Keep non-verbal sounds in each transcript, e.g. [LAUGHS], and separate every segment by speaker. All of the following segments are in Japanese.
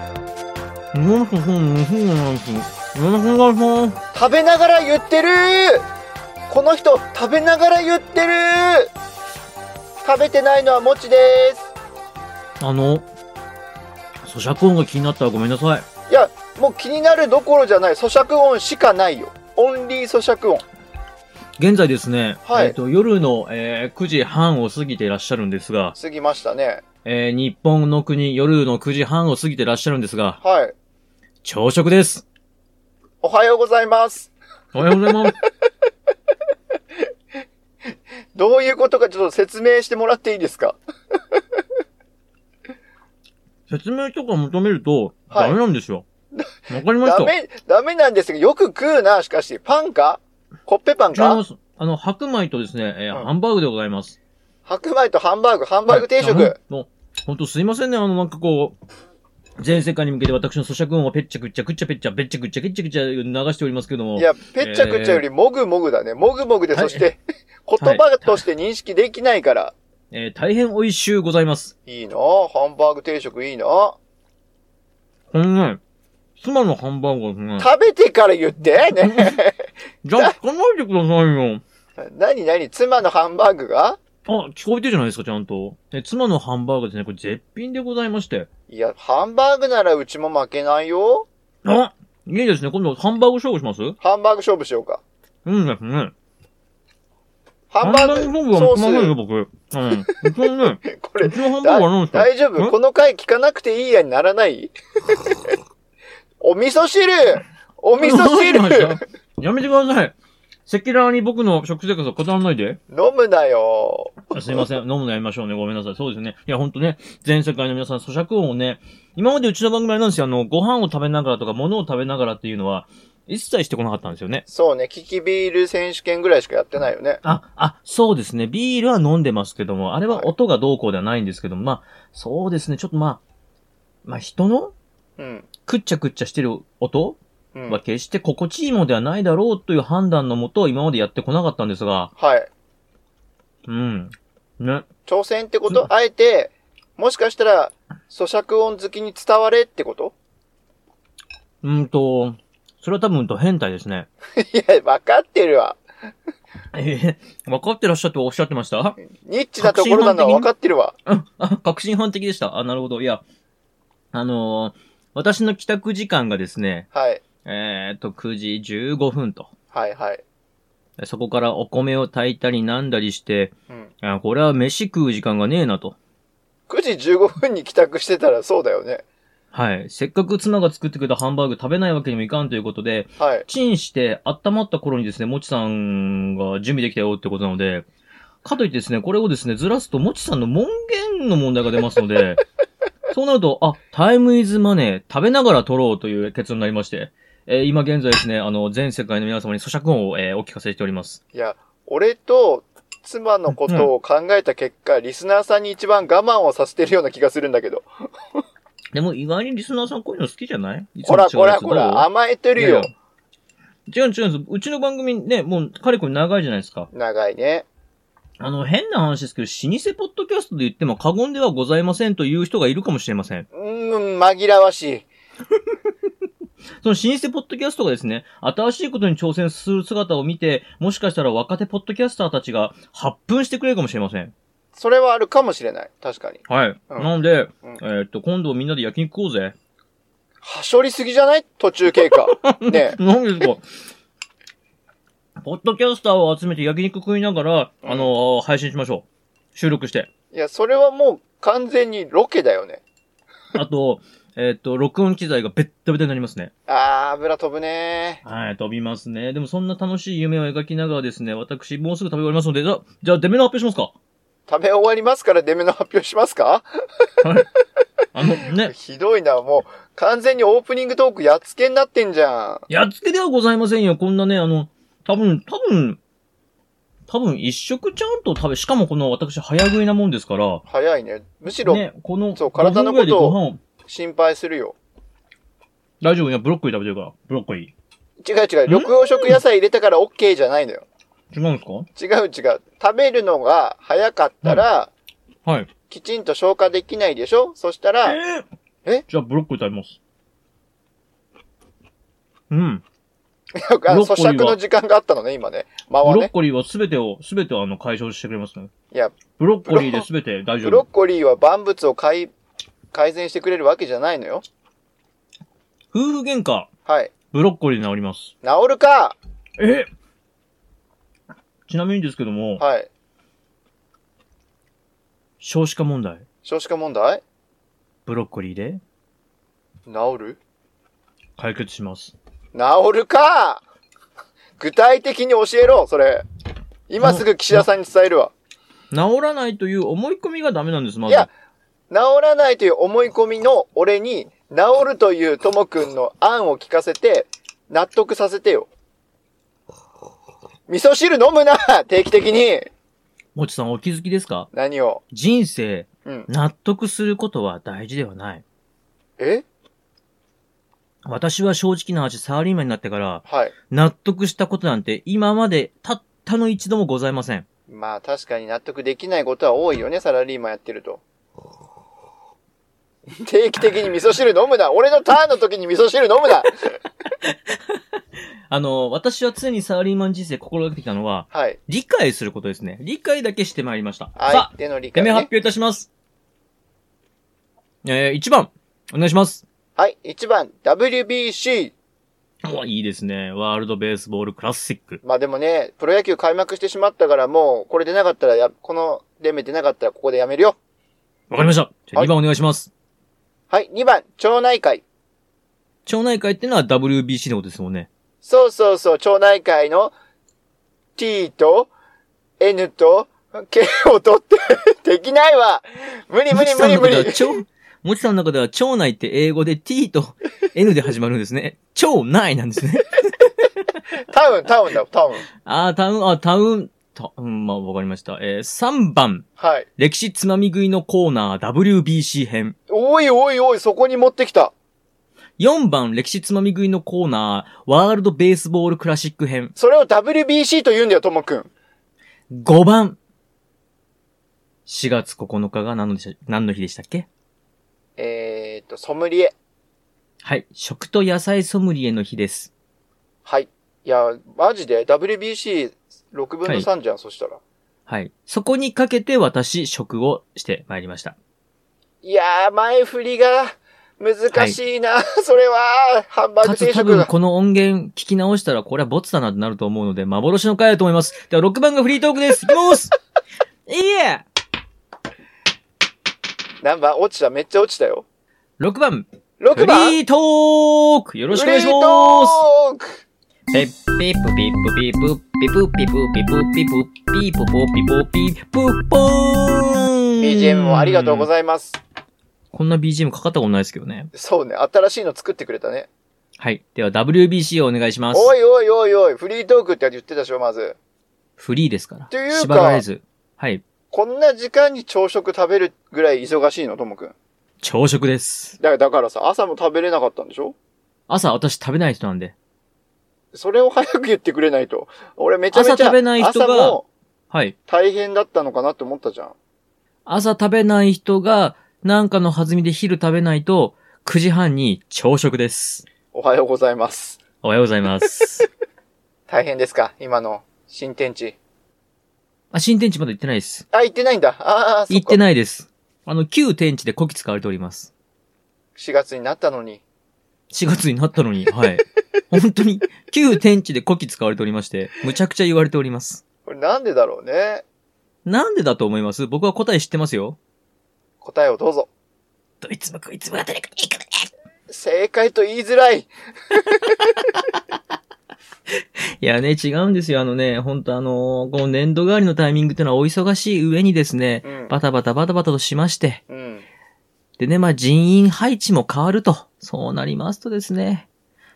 Speaker 1: うん、うん、うん、うん、うん、うん、
Speaker 2: 食べながら言ってるこの人食べながら言ってる食べてないのはもちです
Speaker 1: あの、咀嚼音が気になったらごめんなさい。
Speaker 2: いやもう気になるどころじゃない咀嚼音しかないよオンリー咀嚼音
Speaker 1: 現在ですね、
Speaker 2: はい
Speaker 1: えっと夜の、えー9時半を過ぎていらっしゃるんですが、
Speaker 2: 過ぎましたね
Speaker 1: えー日本の国夜の9時半を過ぎていらっしゃるんですが、
Speaker 2: はい
Speaker 1: 朝食です。
Speaker 2: おはようございます
Speaker 1: おはようござい
Speaker 2: [LAUGHS]
Speaker 1: ます。
Speaker 2: どういうことかちょっと説明してもらっていいですか
Speaker 1: 説明とか求めると、
Speaker 2: は
Speaker 1: ダ
Speaker 2: い
Speaker 1: メなんですよ。わかりまし
Speaker 2: ダ
Speaker 1: た。
Speaker 2: メダメなんですけどよく食うなしかしパンかコッペパン
Speaker 1: 違いま
Speaker 2: か
Speaker 1: す。あの、白米とですね、えー
Speaker 2: うん
Speaker 1: ハンバーグでございます。
Speaker 2: 白米とハンバーグハンバーグ定食、
Speaker 1: はいあもう、ほんとすいませんね、あの、なんかこう、全世界に向けて私の咀嚼音をぺっちゃくっちゃくっちゃぺっちゃ、ぺっちゃくっちゃくっちゃくっちゃ流しておりますけれども。
Speaker 2: いや、ぺっちゃくっちゃよりもぐもぐだね。もぐもぐで、
Speaker 1: はい
Speaker 2: そして、
Speaker 1: [LAUGHS]
Speaker 2: 言葉として認識できないから。
Speaker 1: えー大変美味しゅうございます。
Speaker 2: いいなハンバーグ定食いいな
Speaker 1: このね、妻のハンバーグはですね、
Speaker 2: 食べてから言ってね。 [LAUGHS]
Speaker 1: じゃあ聞かないでくださいよ。
Speaker 2: 何何妻のハンバーグが
Speaker 1: あ、聞こえてるじゃないですか、ちゃんと。え妻のハンバーグですね、これ絶品でございまして。
Speaker 2: いや、ハンバーグならうちも負けないよ。
Speaker 1: あいいですね、今度ハンバーグ勝負します
Speaker 2: ハンバーグ勝負しようか。
Speaker 1: うんですね。
Speaker 2: ハンバ
Speaker 1: ハン
Speaker 2: ー
Speaker 1: バー
Speaker 2: グ
Speaker 1: グ
Speaker 2: ソ
Speaker 1: 勝負は負けませんよ、
Speaker 2: ー
Speaker 1: 僕。うん。うちのね、
Speaker 2: ス。 [LAUGHS] こ
Speaker 1: う
Speaker 2: れ、
Speaker 1: ちのハンバーグは何ですか
Speaker 2: 大丈夫
Speaker 1: ん
Speaker 2: この回聞かなくていいやにならないお味噌汁お味噌汁
Speaker 1: [LAUGHS] やめてください。赤裸々に僕の食生活を語らない [LAUGHS] で。
Speaker 2: 飲むなよ。
Speaker 1: すいません。飲むのやめましょうね。ごめんなさい。そうですね。いや、ほんとね、全世界の皆さん、咀嚼音をね、今までうちの番組あれなんですよ。あの、ご飯を食べながらとか、物を食べながらっていうのは、一切してこなかったんですよね。
Speaker 2: そうね、キキビール選手権ぐらいしかやってないよね。
Speaker 1: あ、あ、そうですね。ビールは飲んでますけども、あれ
Speaker 2: は
Speaker 1: はい音がどうこうではないんですけども、まあ、そうですね。ちょっとまあ、まあ人の
Speaker 2: うん。
Speaker 1: くっちゃくっちゃしてる音
Speaker 2: うん、
Speaker 1: は決して心地いいものではないだろうという判断のもと、今までやってこなかったんですが、
Speaker 2: はい。
Speaker 1: うん。ね。
Speaker 2: 挑戦ってことあえて、もしかしたら、咀嚼音好きに伝われってこと [LAUGHS]
Speaker 1: うんと、それは多分と変態ですね。
Speaker 2: いや、わかってるわ。
Speaker 1: えー、分かってらっしゃっておっしゃってま [LAUGHS] した
Speaker 2: ニッチなところなのはわかってるわ。
Speaker 1: うんあ、確信犯的でした。あ、なるほど。いや、あのー私の帰宅時間がですね、
Speaker 2: はい。
Speaker 1: えー、っと、9時15分と。
Speaker 2: はいはい。
Speaker 1: そこからお米を炊いたりなんだりして、
Speaker 2: うん。
Speaker 1: あこれは飯食う時間がねえなと。
Speaker 2: 9時15分に帰宅してたらそうだよね。
Speaker 1: はい。せっかく妻が作ってくれたハンバーグ食べないわけにもいかんということで、
Speaker 2: はい。
Speaker 1: チンして温まった頃にですね、もちさんが準備できたよってことなので、かといってですね、これをですね、ずらすともちさんの門限の問題が出ますの
Speaker 2: [LAUGHS]
Speaker 1: で、そうなると、あ、タイムイズマネー、食べながら取ろうという結論になりまして、えー今現在ですね、あの、全世界の皆様に咀嚼音を、えーお聞かせしております。
Speaker 2: いや、俺と妻のことを考えた結果、リスナーさんに一番我慢をさせてるような気がするんだけど。
Speaker 1: でも意外にリスナーさんこういうの好きじゃないいつも
Speaker 2: こ
Speaker 1: 違うや
Speaker 2: ら
Speaker 1: つ
Speaker 2: こら
Speaker 1: どう
Speaker 2: こら、甘えてるよ
Speaker 1: い。やいや違うん違うんです。うちの番組ね、もう、かれこれ長いじゃないですか。
Speaker 2: 長いね。
Speaker 1: あの、変な話ですけど、老舗ポッドキャストで言っても過言ではございませんという人がいるかもしれません。
Speaker 2: うーん、紛らわしい。
Speaker 1: その老舗ポッドキャストがですね、新しいことに挑戦する姿を見て、もしかしたら若手ポッドキャスターたちが発奮してくれるかもしれません。
Speaker 2: それはあるかもしれない。確かに。
Speaker 1: はい。
Speaker 2: うん
Speaker 1: なので、
Speaker 2: うん
Speaker 1: えーっと、今度みんなで焼肉食おうぜ。
Speaker 2: はしょりすぎじゃない途中
Speaker 1: [LAUGHS]
Speaker 2: 経過。ねえ。
Speaker 1: なんですかポッドキャスターを集めて焼肉食いながら、あのー配信しましょう。収録して。
Speaker 2: いや、それはもう完全にロケだよね。
Speaker 1: あと、えーっと、録音機材がベッタベタになりますね。
Speaker 2: あー、油飛ぶね
Speaker 1: はい、飛びますね。でもそんな楽しい夢を描きながらですね、私、もうすぐ食べ終わりますので、じゃあ、じゃあ、デメの発表しますか。
Speaker 2: 食べ終わりますからデメの発表しますか [LAUGHS]
Speaker 1: あの、ね、
Speaker 2: ひどいな、もう完全にオープニングトークやっつけになってんじゃん。
Speaker 1: やっつけではございませんよ。こんなね、あの、多分、多分、多分一食ちゃんと食べ、しかもこの私、早食いなもんですから、
Speaker 2: 早いね。むしろ
Speaker 1: ね、この、
Speaker 2: そう体のこと
Speaker 1: 5
Speaker 2: を
Speaker 1: 分ぐらいでご飯を
Speaker 2: 心配するよ。
Speaker 1: 大丈夫いや、ブロッコリー食べてるから、ブロッコリ
Speaker 2: 違う違う、緑黄色野菜入れたから OK じゃないのよ。
Speaker 1: ー。違うんですか
Speaker 2: 違う違う。食べるのが早かったら、
Speaker 1: はい。
Speaker 2: [LAUGHS] きちんと消化できないでしょそしたら、
Speaker 1: えー
Speaker 2: え
Speaker 1: じゃあ、ブロッコリー食べます。うん。
Speaker 2: あ
Speaker 1: ブロ
Speaker 2: の
Speaker 1: ッコリー
Speaker 2: 咀
Speaker 1: は
Speaker 2: 嚼の時間があったのね、今ね。間
Speaker 1: ブ
Speaker 2: は
Speaker 1: ロッ
Speaker 2: ね。
Speaker 1: コリーはすべてを、すべてをあの解消してくれますね。
Speaker 2: いや、
Speaker 1: ブロッコリーですべて大丈
Speaker 2: ブロ
Speaker 1: 夫。
Speaker 2: ッコリーは万物を改改善してくれるわけじゃないのよ。
Speaker 1: 夫婦喧嘩、
Speaker 2: はい。
Speaker 1: ブロッコリーで治ります。
Speaker 2: 治るか
Speaker 1: えちなみにですけども、
Speaker 2: はい。
Speaker 1: 少子化問題、
Speaker 2: 少子化問題
Speaker 1: ブロッコリーで
Speaker 2: 治る
Speaker 1: 解決します。
Speaker 2: 治るか具体的に教えろ、それ。今すぐ岸田さんに伝えるわ。
Speaker 1: 治らないという思い込みがダメなんです、ま
Speaker 2: い
Speaker 1: ず。
Speaker 2: や、治らないという思い込みの俺に、治るというともくんの案を聞かせて、納得させてよ。味噌汁飲むな定期的に
Speaker 1: もちさんお気づきですか
Speaker 2: 何を
Speaker 1: 人生、
Speaker 2: うん。
Speaker 1: 納得することは大事ではない。
Speaker 2: え
Speaker 1: 私は正直な話、サラリーマンになってから、
Speaker 2: はい。
Speaker 1: 納得したことなんて今までたったの一度もございません。
Speaker 2: まあ確かに納得できないことは多いよね、サラリーマンやってると。定期的に味噌汁飲むな俺のターンの時に味噌汁飲むな
Speaker 1: あの、私は常にサラリーマン人生心がけてきたのは、
Speaker 2: はい。
Speaker 1: 理解することですね。理解だけしてまいりました。さ
Speaker 2: 相
Speaker 1: あ、
Speaker 2: 手の理
Speaker 1: 画
Speaker 2: 解、
Speaker 1: 面発
Speaker 2: ね。
Speaker 1: 表いたします。えー、1番、お願いします。
Speaker 2: はい。1番、WBC。
Speaker 1: おいいですね。ワールドベースボールクラシック。
Speaker 2: まあでもね、プロ野球開幕してしまったからもう、これ出なかったらや、このレメ出なかったらここでやめるよ。
Speaker 1: わかりました。じゃあ
Speaker 2: はい
Speaker 1: 2番お願いします。
Speaker 2: はい。2番、町内会。
Speaker 1: 町内会ってのは WBC のことですもんね。
Speaker 2: そうそうそう、町内会の t と n と k を取って [LAUGHS] できないわ。無理無
Speaker 1: も
Speaker 2: 理
Speaker 1: ち
Speaker 2: 無
Speaker 1: さん
Speaker 2: 理
Speaker 1: の
Speaker 2: 無
Speaker 1: 中では、
Speaker 2: 理。
Speaker 1: 町、もちさんの中では、町内って英語で t と n で始まるんですね。町内なんですね。
Speaker 2: [LAUGHS] タウン、タウンだ、タウン。
Speaker 1: あー、タウン、あ、タウン、タウン、まあ、わかりました。えー、3番、
Speaker 2: はい。
Speaker 1: 歴史つまみ食いのコーナー WBC 編。
Speaker 2: おいおいおい、そこに持ってきた。
Speaker 1: 4番、歴史つまみ食いのコーナー、ワールドベースボールクラシック編。
Speaker 2: それを WBC と言うんだよ、ともくん。
Speaker 1: 5番、4月9日が何のでした何の日でしたっけ
Speaker 2: えーっと、ソムリエ。
Speaker 1: はい、食と野菜ソムリエの日です。
Speaker 2: はい。いや、マジで WBC6 分の3じゃん、そしたら。
Speaker 1: はい。そこにかけて私、食をしてまいりました。
Speaker 2: いやー、前振りが難しいな、 [LAUGHS] それは、ハンバー
Speaker 1: か
Speaker 2: グ
Speaker 1: つ
Speaker 2: 定
Speaker 1: 多
Speaker 2: 食
Speaker 1: 分
Speaker 2: が。
Speaker 1: この音源聞き直したらこれはボツだなってなると思うので、幻の回だと思います。では6番がフリートークです。いきますいいえ
Speaker 2: 何番落ちた、めっちゃ落ちたよ。
Speaker 1: !6 番、
Speaker 2: 6
Speaker 1: フ
Speaker 2: 番
Speaker 1: リートークよろしくお願いします
Speaker 2: フリートーク
Speaker 1: ピッピップピップピップピップピップピップピップピップポピポピプッポーン
Speaker 2: BGM もありがとうご
Speaker 1: い
Speaker 2: ざいます。
Speaker 1: ます。こんな BGM かかったことないですけどね。
Speaker 2: そうね、新しいの作ってくれたね。
Speaker 1: はい。では WBC をお願いします。
Speaker 2: おいおいおいおい、フリートークって言ってたでしょ、まず。
Speaker 1: フリーですから。
Speaker 2: というか
Speaker 1: 縛られず。はい。
Speaker 2: こんな時間に朝食食べるぐらい忙しいの、ともくん。
Speaker 1: 朝食です。
Speaker 2: だだからさ、朝も食べれなかったんでしょ
Speaker 1: 朝私食べない人なんで。
Speaker 2: それを早く言ってくれないと。俺めちゃめちゃ
Speaker 1: 朝食べない人が
Speaker 2: 朝も
Speaker 1: はい。
Speaker 2: 大変だったのかなって思ったじゃん。
Speaker 1: 朝食べない人が、なんかの弾みで昼食べないと、9時半に朝食です。
Speaker 2: おはようございます。
Speaker 1: おはようございます。
Speaker 2: 大変ですか今の新天地。
Speaker 1: あ、新天地まだ行ってないです。
Speaker 2: あ、行ってないんだ。ああ、
Speaker 1: 行って
Speaker 2: い。
Speaker 1: ないです。あの、旧天地でこき使われております。
Speaker 2: 4月になったのに。
Speaker 1: 4月になったの [LAUGHS] に、はい。本当に、旧天地でこき使われておりまして、むちゃくちゃ言われております。
Speaker 2: これなんでだろうね。
Speaker 1: なんでだと思います僕は答え知ってますよ。
Speaker 2: 答えをどうぞ。
Speaker 1: どいつもこいつもが誰か、いくら
Speaker 2: 正解と言いづらい。
Speaker 1: いやね、違うんですよ。あのね、本当あのーこの年度替わりのタイミングってのはお忙しい上にですね、
Speaker 2: うん
Speaker 1: バタバタバタバタとしまして、
Speaker 2: うん。
Speaker 1: でね、まあ人員配置も変わると、そうなりますとですね、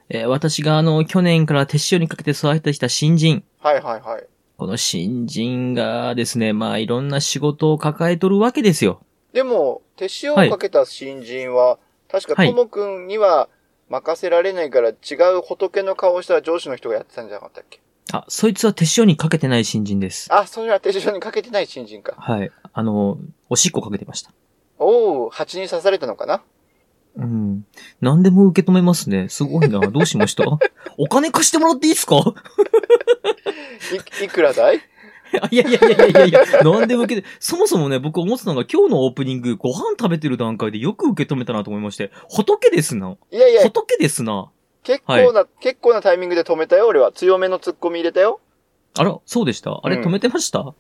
Speaker 1: えー私があの、去年から手塩にかけて育ててきた新人、
Speaker 2: はいはいはい。
Speaker 1: この新人がですね、まあいろんな仕事を抱えとるわけですよ。
Speaker 2: でも、手塩をかけた新人は、確か
Speaker 1: はい
Speaker 2: ともくんには任せられないから違う仏の顔をした上司の人がやってたんじゃなかったっけ
Speaker 1: あ、そいつは手塩にかけてない新人です。
Speaker 2: あ、それは手塩にかけてない新人か。
Speaker 1: はい。あの、おしっこかけてました。
Speaker 2: おう、蜂に刺されたのかな
Speaker 1: うん。何でも受け止めますね。すごいな。どうしました [LAUGHS] お金貸してもらっていいですか [LAUGHS]
Speaker 2: [LAUGHS] いいくらだい
Speaker 1: いやいやいやいやいや、何でも受けて、そもそもね、僕思ってたのが今日のオープニング、ご飯食べてる段階でよく受け止めたなと思いまして、仏ですな。
Speaker 2: いやいや、
Speaker 1: 仏ですな。
Speaker 2: 結構な、結構なタイミングで止めたよ、俺は。強めの突っ込み入れたよ。
Speaker 1: あら、そうでしたあれ
Speaker 2: うん
Speaker 1: 止めてました、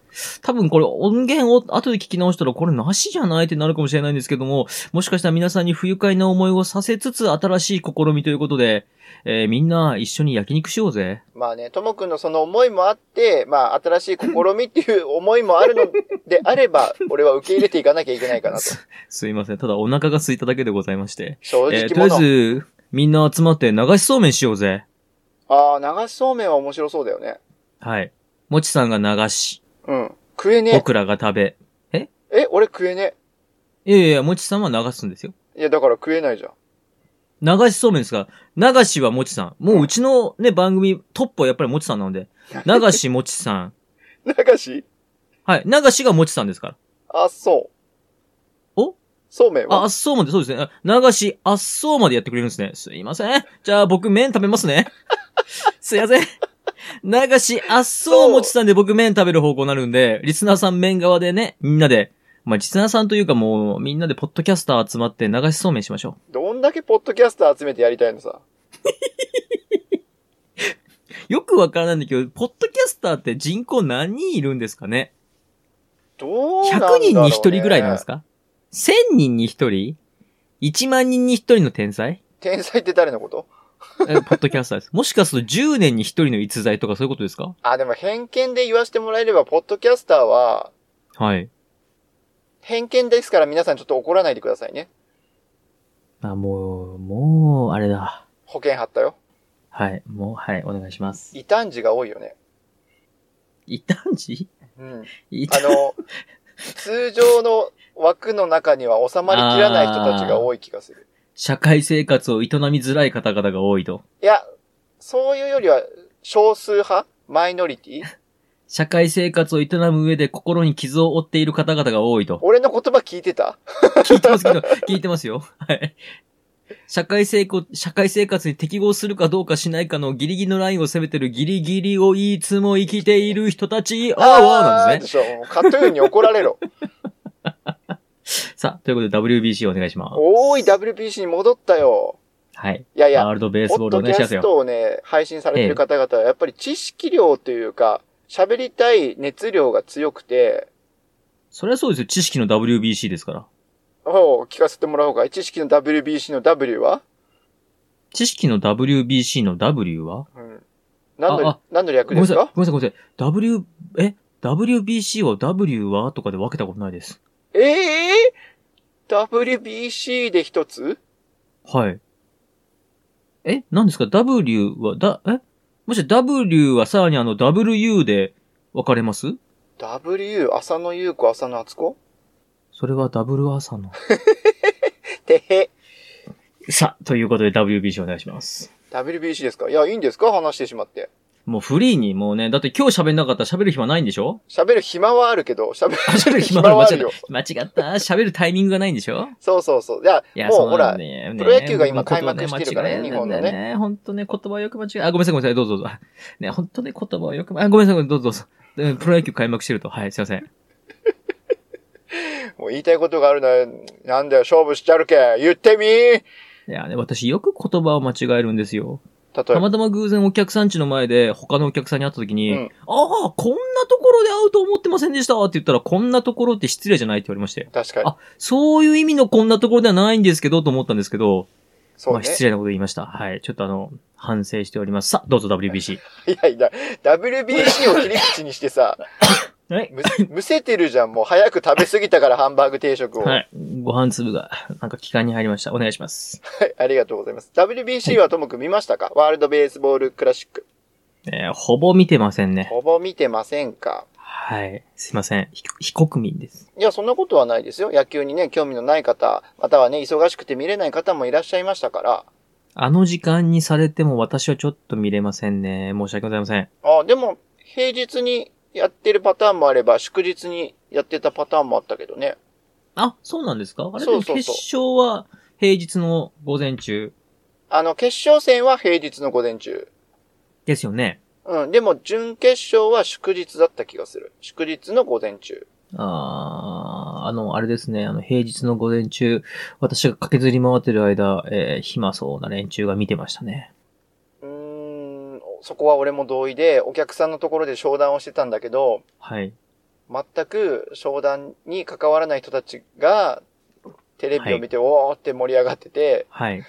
Speaker 1: 多分これ音源を後で聞き直したらこれなしじゃないってなるかもしれないんですけども、もしかしたら皆さんに不愉快な思いをさせつつ新しい試みということで、えーみんな一緒に焼肉しようぜ。
Speaker 2: まあね、ともくんのその思いもあって、まあ、新しい試みっていう思いもあるのであれば、俺は受け入れていかなきゃいけないか [LAUGHS] なと。
Speaker 1: すすいません。ただお腹が空いただけでございまして。
Speaker 2: 正
Speaker 1: えー
Speaker 2: 直
Speaker 1: とりあ
Speaker 2: 者。
Speaker 1: えず、みんな集まって流しそうめんしようぜ。
Speaker 2: ああ、流しそうめんは面白そうだよね。
Speaker 1: はい。もちさんが流し、
Speaker 2: うん。食えね
Speaker 1: 僕らが食べ。
Speaker 2: え。え、俺食えね
Speaker 1: いやいやいや、もちさんは流すんですよ。
Speaker 2: え。いや、だから食えないじゃん。
Speaker 1: 流しそうめんですが、流しはもちさん。もううちのね、番組トップはやっぱりもちさんなので、流しもちさん。 [LAUGHS]
Speaker 2: 流し
Speaker 1: はい。流しがもちさんですから。
Speaker 2: あ、そう。
Speaker 1: お
Speaker 2: そうめん
Speaker 1: あ、あ
Speaker 2: は
Speaker 1: っそうまで、そうですね。あ流し、あっそうまでやってくれるんですね。すいません。じゃあ僕麺食べますね。 [LAUGHS] すいません。流し、あっそうもちさんで僕麺食べる方向になるんで、リスナーさん麺側でね、みんなで、まあ、リスナーさんというかもう、みんなでポッドキャスター集まって流しそうめんしましょ
Speaker 2: どんだけポッドキャスター集めてやりたいのさ。
Speaker 1: う。よくわからないんだけど、ポッドキャスターって人口何人いるんですかね
Speaker 2: どうなんだろう、
Speaker 1: 100
Speaker 2: ね、
Speaker 1: 人に1人ぐらいなんです
Speaker 2: か
Speaker 1: か ?1000 人に1人 ?1 万人に1人の天 [LAUGHS] 才
Speaker 2: 天才って誰のこと
Speaker 1: えポッドキャスターです。もしかすると10年に1人の逸材とかそういうことですか
Speaker 2: あ、でも偏見で言わせてもらえれば、ポッドキャスターは、
Speaker 1: はい。
Speaker 2: 偏見ですから皆さんちょっと怒らないでくださいね。
Speaker 1: あ、もう、もう、あれだ。
Speaker 2: 保険貼ったよ。
Speaker 1: はい。もう、はい、お願いします。
Speaker 2: 異端児が多いよね。
Speaker 1: いたんじ
Speaker 2: うん。
Speaker 1: いた
Speaker 2: あ
Speaker 1: [LAUGHS]
Speaker 2: の、通常の枠の中には収まりきらない人たちが多い気がする。
Speaker 1: 社会生活を営みづらい方々が多いと。
Speaker 2: いや、そういうよりは、少数派マイノリティ
Speaker 1: 社会生活を営む上で心に傷を負っている方々が多いと。
Speaker 2: 俺の言葉聞いてた
Speaker 1: 聞いてますけど、聞いてますよ。はい。社会生活、社会生活に適合するかどうかしないかのギリギリのラインを攻めてるギリギリをいつも生きている人たち、あーあーなん
Speaker 2: で
Speaker 1: です
Speaker 2: しょ。もうカトゥーンに怒ら
Speaker 1: [LAUGHS]
Speaker 2: れろ。
Speaker 1: ね。さあ、ということで WBC お願いします。
Speaker 2: おーい、WPC に戻ったよ。
Speaker 1: はい。
Speaker 2: いやいや
Speaker 1: ワ、ールドベース
Speaker 2: ポ
Speaker 1: ボー
Speaker 2: ッ
Speaker 1: ルお
Speaker 2: ド
Speaker 1: 願
Speaker 2: キ
Speaker 1: いし
Speaker 2: ャ
Speaker 1: ます
Speaker 2: ス
Speaker 1: よ。
Speaker 2: トをね、配信されてる方々は、やっぱり知識量というか、喋りたい熱量が強くて、
Speaker 1: それはそうですよ。知識の WBC ですから。
Speaker 2: おう聞かせてもらおうかい。知識の WBC の W は
Speaker 1: 知識の WBC の W は
Speaker 2: うん。何
Speaker 1: あ
Speaker 2: の
Speaker 1: あ、
Speaker 2: 何の
Speaker 1: ご
Speaker 2: 略
Speaker 1: めん
Speaker 2: で
Speaker 1: なさ
Speaker 2: す
Speaker 1: い。ご
Speaker 2: か
Speaker 1: めんなさい、ごめんなさい。W、え ?WBC は W はとかで分けたことないです。
Speaker 2: ええ ?WBC で一つ
Speaker 1: はい。え何ですか ?W は、だ、えもし W はさらにあの WU で分かれます
Speaker 2: ?W、浅野優子、浅野敦子
Speaker 1: それはダブルアーさんの。 [LAUGHS]
Speaker 2: てへ。
Speaker 1: さあ、ということで WBC お願いします。
Speaker 2: WBC ですかいや、いいんですか話してしまって。
Speaker 1: もうフリーに、もうね、だって今日喋んなかったら喋る暇ないんでしょ
Speaker 2: 喋る暇はあるけど、 [LAUGHS] 喋る
Speaker 1: あ喋る暇 [LAUGHS]
Speaker 2: は
Speaker 1: は
Speaker 2: あ
Speaker 1: 間違
Speaker 2: る
Speaker 1: っ
Speaker 2: よ。
Speaker 1: た。間違った。喋るタイミングがないんでしょ
Speaker 2: そうそうそう。いや
Speaker 1: い、や、
Speaker 2: もう
Speaker 1: そ
Speaker 2: ほ
Speaker 1: な
Speaker 2: ら
Speaker 1: ん、だよね
Speaker 2: プロ野球が今開幕してるからね
Speaker 1: もう
Speaker 2: 日本のね
Speaker 1: 言葉よく間違えるんだよね。本当ね、言葉をよく間違え、あ、ごめんなさい、ごめんなさい、どうぞどうぞ。 [LAUGHS] ね、本当ね、言葉をよく、あ、ごめんなさい、ごめんなさいどうぞどうぞ。でプロ野球開幕してると。はい、すいません。
Speaker 2: もう言いたいことがあるなら、なんだよ、勝負しちゃるけ。言ってみ例え
Speaker 1: いやね、私よく言葉を間違えるんですよ。た
Speaker 2: ば、
Speaker 1: またま偶然お客さん家の前で他のお客さんに会った時に、
Speaker 2: うん
Speaker 1: ああ、こんなところで会うと思ってませんでしたって言ったら、こんなところって失礼じゃないって言われまして。
Speaker 2: 確かに
Speaker 1: あ。そういう意味のこんなところではないんですけど、と思ったんですけど、
Speaker 2: そう
Speaker 1: まあ
Speaker 2: ね。
Speaker 1: 失礼なこと言いました。はい。ちょっとあの、反省しております。さあ、どうぞ WBC。
Speaker 2: いやいや、WBC を切り口にしてさ、
Speaker 1: [LAUGHS] はい。
Speaker 2: む、むせてるじゃん。もう早く食べ過ぎたからハンバーグ定食を。
Speaker 1: はい。ご飯粒が、なんか気管に入りました。お願いします。
Speaker 2: はいありがとうございます。WBC はともくん見ましたか、ワールドベースボールクラシック。
Speaker 1: えーほぼ見てませんね。
Speaker 2: ほぼ見てませんか
Speaker 1: はい。すいません。非非国民です。
Speaker 2: いや、そんなことはないですよ。野球にね、興味のない方、またはね、忙しくて見れない方もいらっしゃいましたから。
Speaker 1: あの時間にされても私はちょっと見れませんね。申し訳ございません。
Speaker 2: あでも、平日にやってるパターンもあれば、祝日にやってたパターンもあったけどね。
Speaker 1: あ、そうなんですかあれ
Speaker 2: そう
Speaker 1: で
Speaker 2: そうそう
Speaker 1: 決勝は平日の午前中
Speaker 2: あの、決勝戦は平日の午前中。
Speaker 1: ですよね。
Speaker 2: うん。でも、準決勝は祝日だった気がする。祝日の午前中。
Speaker 1: あーあの、あれですね、あの、平日の午前中、私が駆けずり回ってる間、えー暇そうな連中が見てましたね。
Speaker 2: うーん。そこは俺も同意で、お客さんのところで商談をしてたんだけど、
Speaker 1: はい。
Speaker 2: 全く商談に関わらない人たちが、テレビを見て、おーって盛り上がってて、
Speaker 1: はい。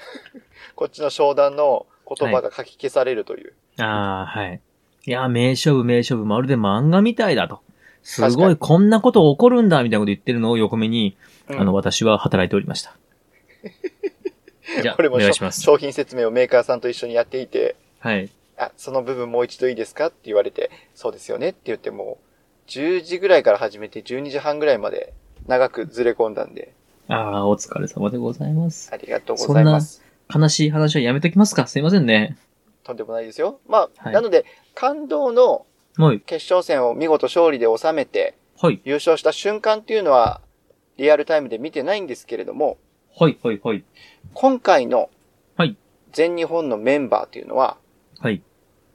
Speaker 2: こっちの商談の言葉が書き消されるという。
Speaker 1: ああ、はい。いやー、名勝負、名勝負、まるで漫画みたいだと。す
Speaker 2: 確か
Speaker 1: ご
Speaker 2: に
Speaker 1: い、こんなこと起こるんだ、みたいなこと言ってるのを横目に、
Speaker 2: うん
Speaker 1: あの、私は働いておりま
Speaker 2: [LAUGHS]
Speaker 1: した。じゃあ、
Speaker 2: これ
Speaker 1: お
Speaker 2: も
Speaker 1: 願いし
Speaker 2: 商
Speaker 1: ます。
Speaker 2: 商品説明をメーカーさんと一緒にやっていて、
Speaker 1: はい。
Speaker 2: あ、その部分もう一度いいですかって言われて、そうですよねって言ってもう、10時ぐらいから始めて12時半ぐらいまで長くずれ込んだんで、
Speaker 1: ああ、お疲れ様でございます。
Speaker 2: ありがとうございます。
Speaker 1: 悲しい話はやめときますか。すいませんね。
Speaker 2: とんでもないですよ。まあ、
Speaker 1: はい
Speaker 2: なので、感動の
Speaker 1: はい。
Speaker 2: 決勝戦を見事勝利で収めて、
Speaker 1: はい。
Speaker 2: 優勝した瞬間っていうのは、リアルタイムで見てないんですけれども、
Speaker 1: はい、はい、はい。
Speaker 2: 今回の
Speaker 1: はい、
Speaker 2: 全日本のメンバーっていうのは、
Speaker 1: はい。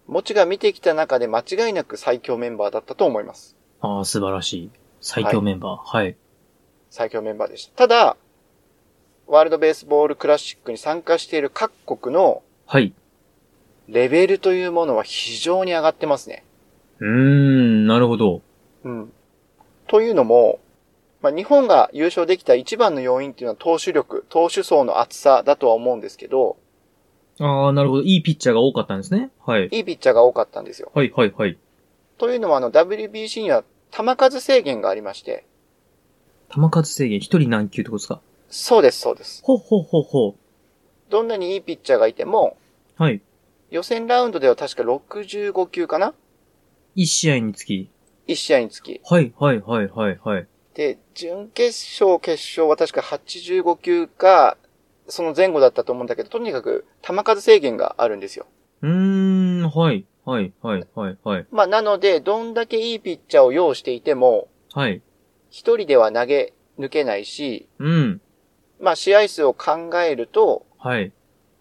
Speaker 2: もちが見てきた中で間違いなく最強メンバーだったと思います。
Speaker 1: ああ、素晴らしい。最強メンバー。はい。
Speaker 2: 最強メンバーでした。ただ、ワールドベースボールクラシックに参加している各国の
Speaker 1: はい。
Speaker 2: レベルというものは非常に上がってますね。
Speaker 1: うーん、なるほど。
Speaker 2: うん。というのも、まあ、日本が優勝できた一番の要因っていうのは投手力、投手層の厚さだとは思うんですけど、
Speaker 1: ああ、なるほど。いいピッチャーが多かったんですね。はい。
Speaker 2: いいピッチャーが多かったんですよ。
Speaker 1: はい、はい、はい。
Speaker 2: というのはあの WBC には球数制限がありまして、
Speaker 1: 球数制限、一人何球ってことですか
Speaker 2: そうです、そうです。
Speaker 1: ほうほうほうほ
Speaker 2: どんなにいいピッチャーがいても、
Speaker 1: う。はい。
Speaker 2: 予選ラウンドでは確か65球かな
Speaker 1: 一試合につき。
Speaker 2: ?1 試合につき。
Speaker 1: はい、はい、はい、はい、はい。
Speaker 2: で、準決勝、決勝は確か85球か、その前後だったと思うんだけど、とにかく球数制限があるんですよ。
Speaker 1: うーん、はい、はい、はい、はい、はい。
Speaker 2: まあ、なので、どんだけいいピッチャーを用意していても、
Speaker 1: はい。
Speaker 2: 一人では投げ抜けないし、
Speaker 1: うん。
Speaker 2: まあ、試合数を考えると、
Speaker 1: はい。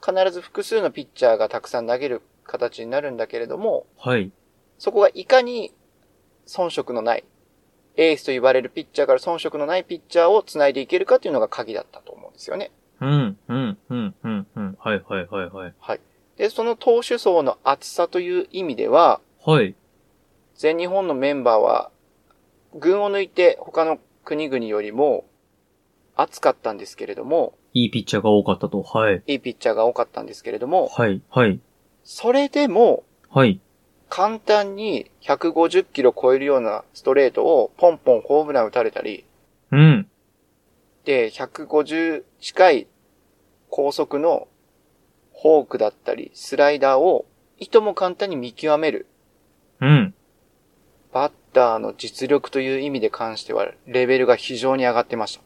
Speaker 2: 必ず複数のピッチャーがたくさん投げる形になるんだけれども、
Speaker 1: はい。
Speaker 2: そこがいかに遜色のない、エースと言われるピッチャーから遜色のないピッチャーを繋いでいけるかというのが鍵だったと思うんですよね。
Speaker 1: うん、うん、うん、うん、うん。はい、はい、はい、はい。
Speaker 2: で、その投手層の厚さという意味では、
Speaker 1: はい。
Speaker 2: 全日本のメンバーは、群を抜いて他の国々よりも厚かったんですけれども、
Speaker 1: いいピッチャーが多かったと。はい。
Speaker 2: いいピッチャーが多かったんですけれども、
Speaker 1: はい、はい、
Speaker 2: それでも
Speaker 1: はい。
Speaker 2: 簡単に150キロ超えるようなストレートをポンポンホームラン打たれたり、
Speaker 1: うん。
Speaker 2: で、150近い高速のフォークだったり、スライダーをいとも簡単に見極める。
Speaker 1: うん。
Speaker 2: バッターの実力という意味で関しては、レベルが非常に上がってました。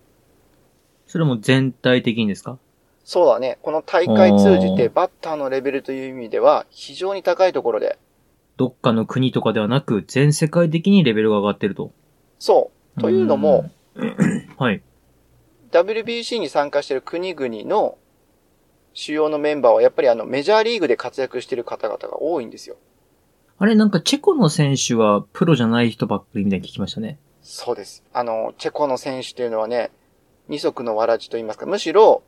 Speaker 1: それも全体的にですか
Speaker 2: そうだね。この大会通じ
Speaker 1: お
Speaker 2: て、
Speaker 1: ー
Speaker 2: バッターのレベルという意味では、非常に高いところで。
Speaker 1: どっかの国とかではなく、全世界的にレベルが上がってると。
Speaker 2: そう。というのも、
Speaker 1: うん、はい。
Speaker 2: WBC に参加している国々の主要のメンバーは、やっぱりあの、メジャーリーグで活躍している方々が多いんですよ。
Speaker 1: あれ、なんかチェコの選手はプロじゃない人ばっかりみたいに聞きましたね。
Speaker 2: そうです。あの、チェコの選手というのはね、二足のわらじと言いますか、むしろ、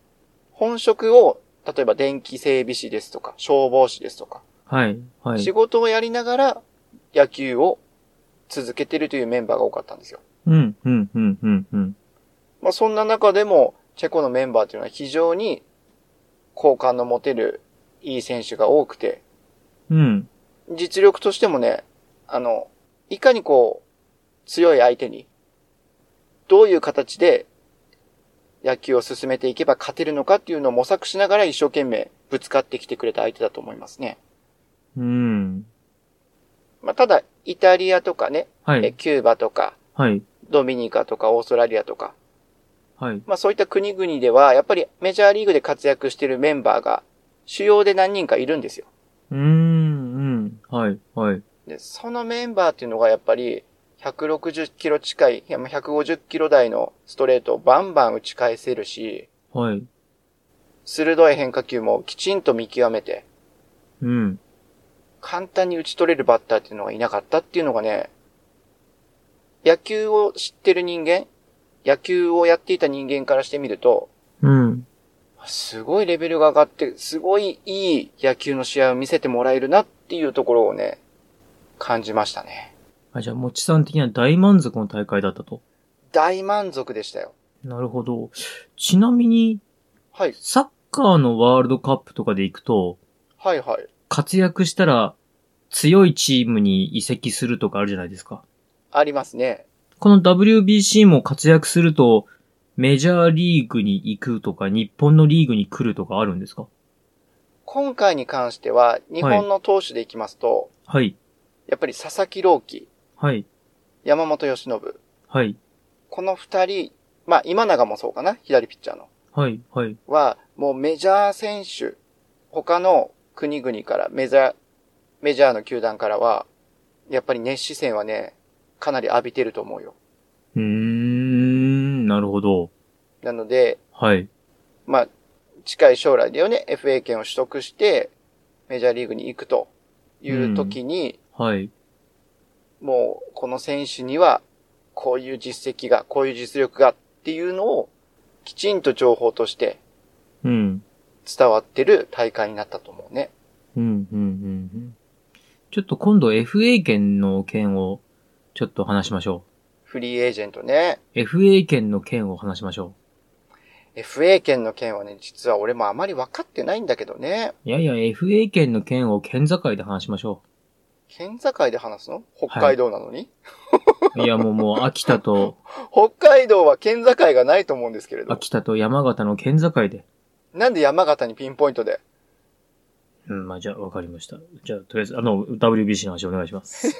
Speaker 2: 本職を、例えば電気整備士ですとか、消防士ですとか、
Speaker 1: はい、は
Speaker 2: 仕
Speaker 1: い。
Speaker 2: 事をやりながら野球を続けてるというメンバーが多かったんですよ。
Speaker 1: うん、うん、うん、うん、うん。
Speaker 2: まあ、そんな中でも、チェコのメンバーというのは非常に好感の持てるいい選手が多くて、
Speaker 1: うん。
Speaker 2: 実力としてもね、あの、いかにこう、強い相手に、どういう形で野球を進めていけば勝てるのかっていうのを模索しながら一生懸命ぶつかってきてくれた相手だと思いますね。
Speaker 1: うん。
Speaker 2: まあ、ただ、イタリアとかね、
Speaker 1: は
Speaker 2: え
Speaker 1: い、
Speaker 2: キューバとか、
Speaker 1: はい、
Speaker 2: ドミニカとかオーストラリアとか、
Speaker 1: はい。
Speaker 2: まあそういった国々では、やっぱりメジャーリーグで活躍しているメンバーが主要で何人かいるんですよ。
Speaker 1: うーん、うん。はい、はい。
Speaker 2: で、そのメンバーっていうのがやっぱり160キロ近い、いやまあ150キロ台のストレートをバンバン打ち返せるし、
Speaker 1: はい。
Speaker 2: 鋭い変化球もきちんと見極めて、
Speaker 1: うん。
Speaker 2: 簡単に打ち取れるバッターっていうのがいなかったっていうのがね、野球を知ってる人間、野球をやっていた人間からしてみると、
Speaker 1: うん。
Speaker 2: すごいレベルが上がって、すごいいい野球の試合を見せてもらえるなっていうところをね、感じましたね。
Speaker 1: あ、じゃあ、もちさん的には大満足の大会だったと。
Speaker 2: 大満足でしたよ。
Speaker 1: なるほど。ちなみに、
Speaker 2: はい、
Speaker 1: サッカーのワールドカップとかで行くと、
Speaker 2: はい、はい。
Speaker 1: 活躍したら強いチームに移籍するとかあるじゃないですか。
Speaker 2: ありますね。
Speaker 1: この WBC も活躍すると、メジャーリーグに行くとか、日本のリーグに来るとかあるんですか
Speaker 2: 今回に関しては、日本の投手でいきますと、
Speaker 1: はい。
Speaker 2: やっぱり佐々木朗希、
Speaker 1: はい。
Speaker 2: 山本由伸、
Speaker 1: はい。
Speaker 2: この二人、まあ今永もそうかな、左ピッチャーの。
Speaker 1: はい。はい。
Speaker 2: は、もうメジャー選手、他の国々から、メジャー、メジャーの球団からは、やっぱり熱視線はね、かなり浴びてると思うよ。
Speaker 1: うーん、なるほど。
Speaker 2: なので、
Speaker 1: はい。
Speaker 2: まあ、近い将来だよね、FA 権を取得して、メジャーリーグに行くという時に、
Speaker 1: はい。
Speaker 2: もう、この選手には、こういう実績が、こういう実力がっていうのを、きちんと情報として
Speaker 1: うん。
Speaker 2: 伝わってる大会になったと思うね。
Speaker 1: うん、うん、うんうん。ちょっと今度 FA 権の件を、ちょっと話しましょ
Speaker 2: フリーエージェントね。
Speaker 1: う。FA 権の件を話しましょ
Speaker 2: FA 権の件はね、実は俺もあまり分かってないんだけどね。
Speaker 1: う。いやいや、FA 権の件を県境で話しましょ
Speaker 2: 県境で話すの北海道なのに、
Speaker 1: う。いや、もうもう、秋田と、 [LAUGHS]
Speaker 2: 北海道は県境がないと思うんですけれど。
Speaker 1: 秋田と山形の県境で。
Speaker 2: なんで山形にピンポイントで
Speaker 1: うん、まあ、じゃあ、わかりました。じゃあ、とりあえず、あの、WBC の話お願いします。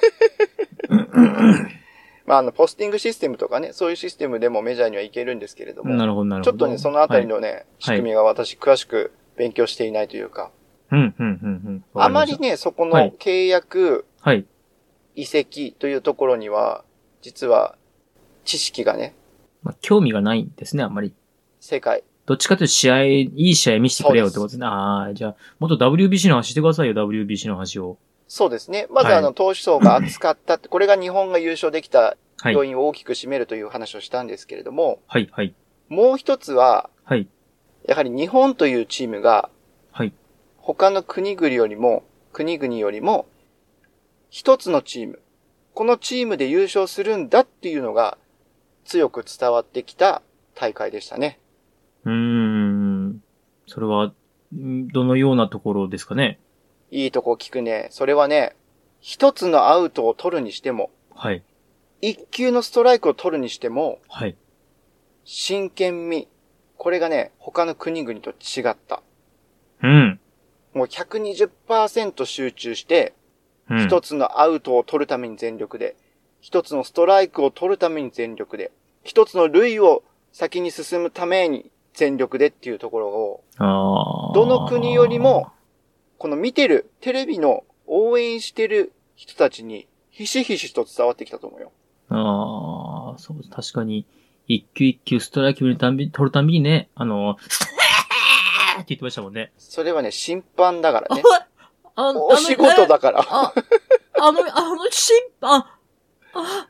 Speaker 2: まあ、あの、ポスティングシステムとかね、そういうシステムでもメジャーには行けるんですけれども。
Speaker 1: なるほど、なる
Speaker 2: ち
Speaker 1: ほ
Speaker 2: ょっ
Speaker 1: ど。
Speaker 2: とね、そのあたりのね、仕組みが私詳しく勉強していないというか。
Speaker 1: はい。うん、うん、うん、うん。
Speaker 2: あまり
Speaker 1: ね。
Speaker 2: ね、そ
Speaker 1: は
Speaker 2: この
Speaker 1: い
Speaker 2: 契約、
Speaker 1: はい。
Speaker 2: 移籍というところには、実は、知識がね、
Speaker 1: まあ、興味がないんですね、あんまり。
Speaker 2: 世界。
Speaker 1: どっちかというと試合、いい試合見せてくれよってことですね。ああー、じゃあ、もっと WBC の話してくださいよ、WBC の話を。
Speaker 2: そうですね。まず
Speaker 1: はい
Speaker 2: あの、投手層が厚かったって、これが日本が優勝できた
Speaker 1: はい。
Speaker 2: 要
Speaker 1: はい、
Speaker 2: 因を大きく占めるという話をしたんですけれども、
Speaker 1: はい。
Speaker 2: もう一つは、
Speaker 1: はい。
Speaker 2: やはり日本というチームが、
Speaker 1: はい。
Speaker 2: 他の国々よりも、国々よりも、一つのチーム、このチームで優勝するんだっていうのが、強く伝わってきた大会でしたね。
Speaker 1: うーん。それは、んどのようなところですかね。
Speaker 2: いいとこ聞くね。それはね、一つのアウトを取るにしても、
Speaker 1: はい。
Speaker 2: 一球のストライクを取るにしても、
Speaker 1: はい。
Speaker 2: 真剣味。これがね、他の国々と違った。
Speaker 1: うん。
Speaker 2: もう120%集中して、
Speaker 1: うん。
Speaker 2: 一つのアウトを取るために全力で、一つのストライクを取るために全力で、一つの塁を先に進むために全力でっていうところを、
Speaker 1: ああ。
Speaker 2: どの国よりも、この見てる、テレビの応援してる人たちに、ひしひしと伝わってきたと思うよ。
Speaker 1: ああ、そう、確かに、一球一球ストライク見るたんび、取るたんびにね、あの、 [LAUGHS] って言ってましたもんね。
Speaker 2: それはね、審判だからね。
Speaker 1: あの
Speaker 2: お仕事。だから。
Speaker 1: ああの、あの、審判、あ、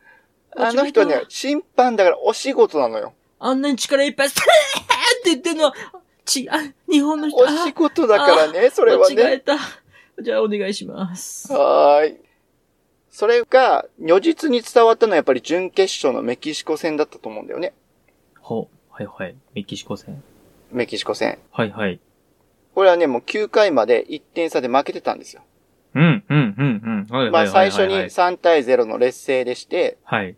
Speaker 2: あの人ね、審判だからお仕事なのよ。
Speaker 1: あんなに力いっぱい、って言ってるのは、ち、あ、日本の人、
Speaker 2: お仕事だからね、それは
Speaker 1: 間違
Speaker 2: ね。
Speaker 1: えた。じゃあ、お願いします。
Speaker 2: はーい。それが、如実に伝わったのはやっぱり準決勝のメキシコ戦だったと思うんだよね。
Speaker 1: ほ、はいはい。メキシコ戦。
Speaker 2: メキシコ戦。
Speaker 1: はいはい。
Speaker 2: これはね、もう9回まで1点差で負けてたんですよ。
Speaker 1: うん、うん、うん、うん。はい
Speaker 2: ま
Speaker 1: は
Speaker 2: あ
Speaker 1: いは
Speaker 2: 最
Speaker 1: いは
Speaker 2: 初
Speaker 1: い
Speaker 2: に
Speaker 1: はい。
Speaker 2: 3対0の劣勢でして、
Speaker 1: はい。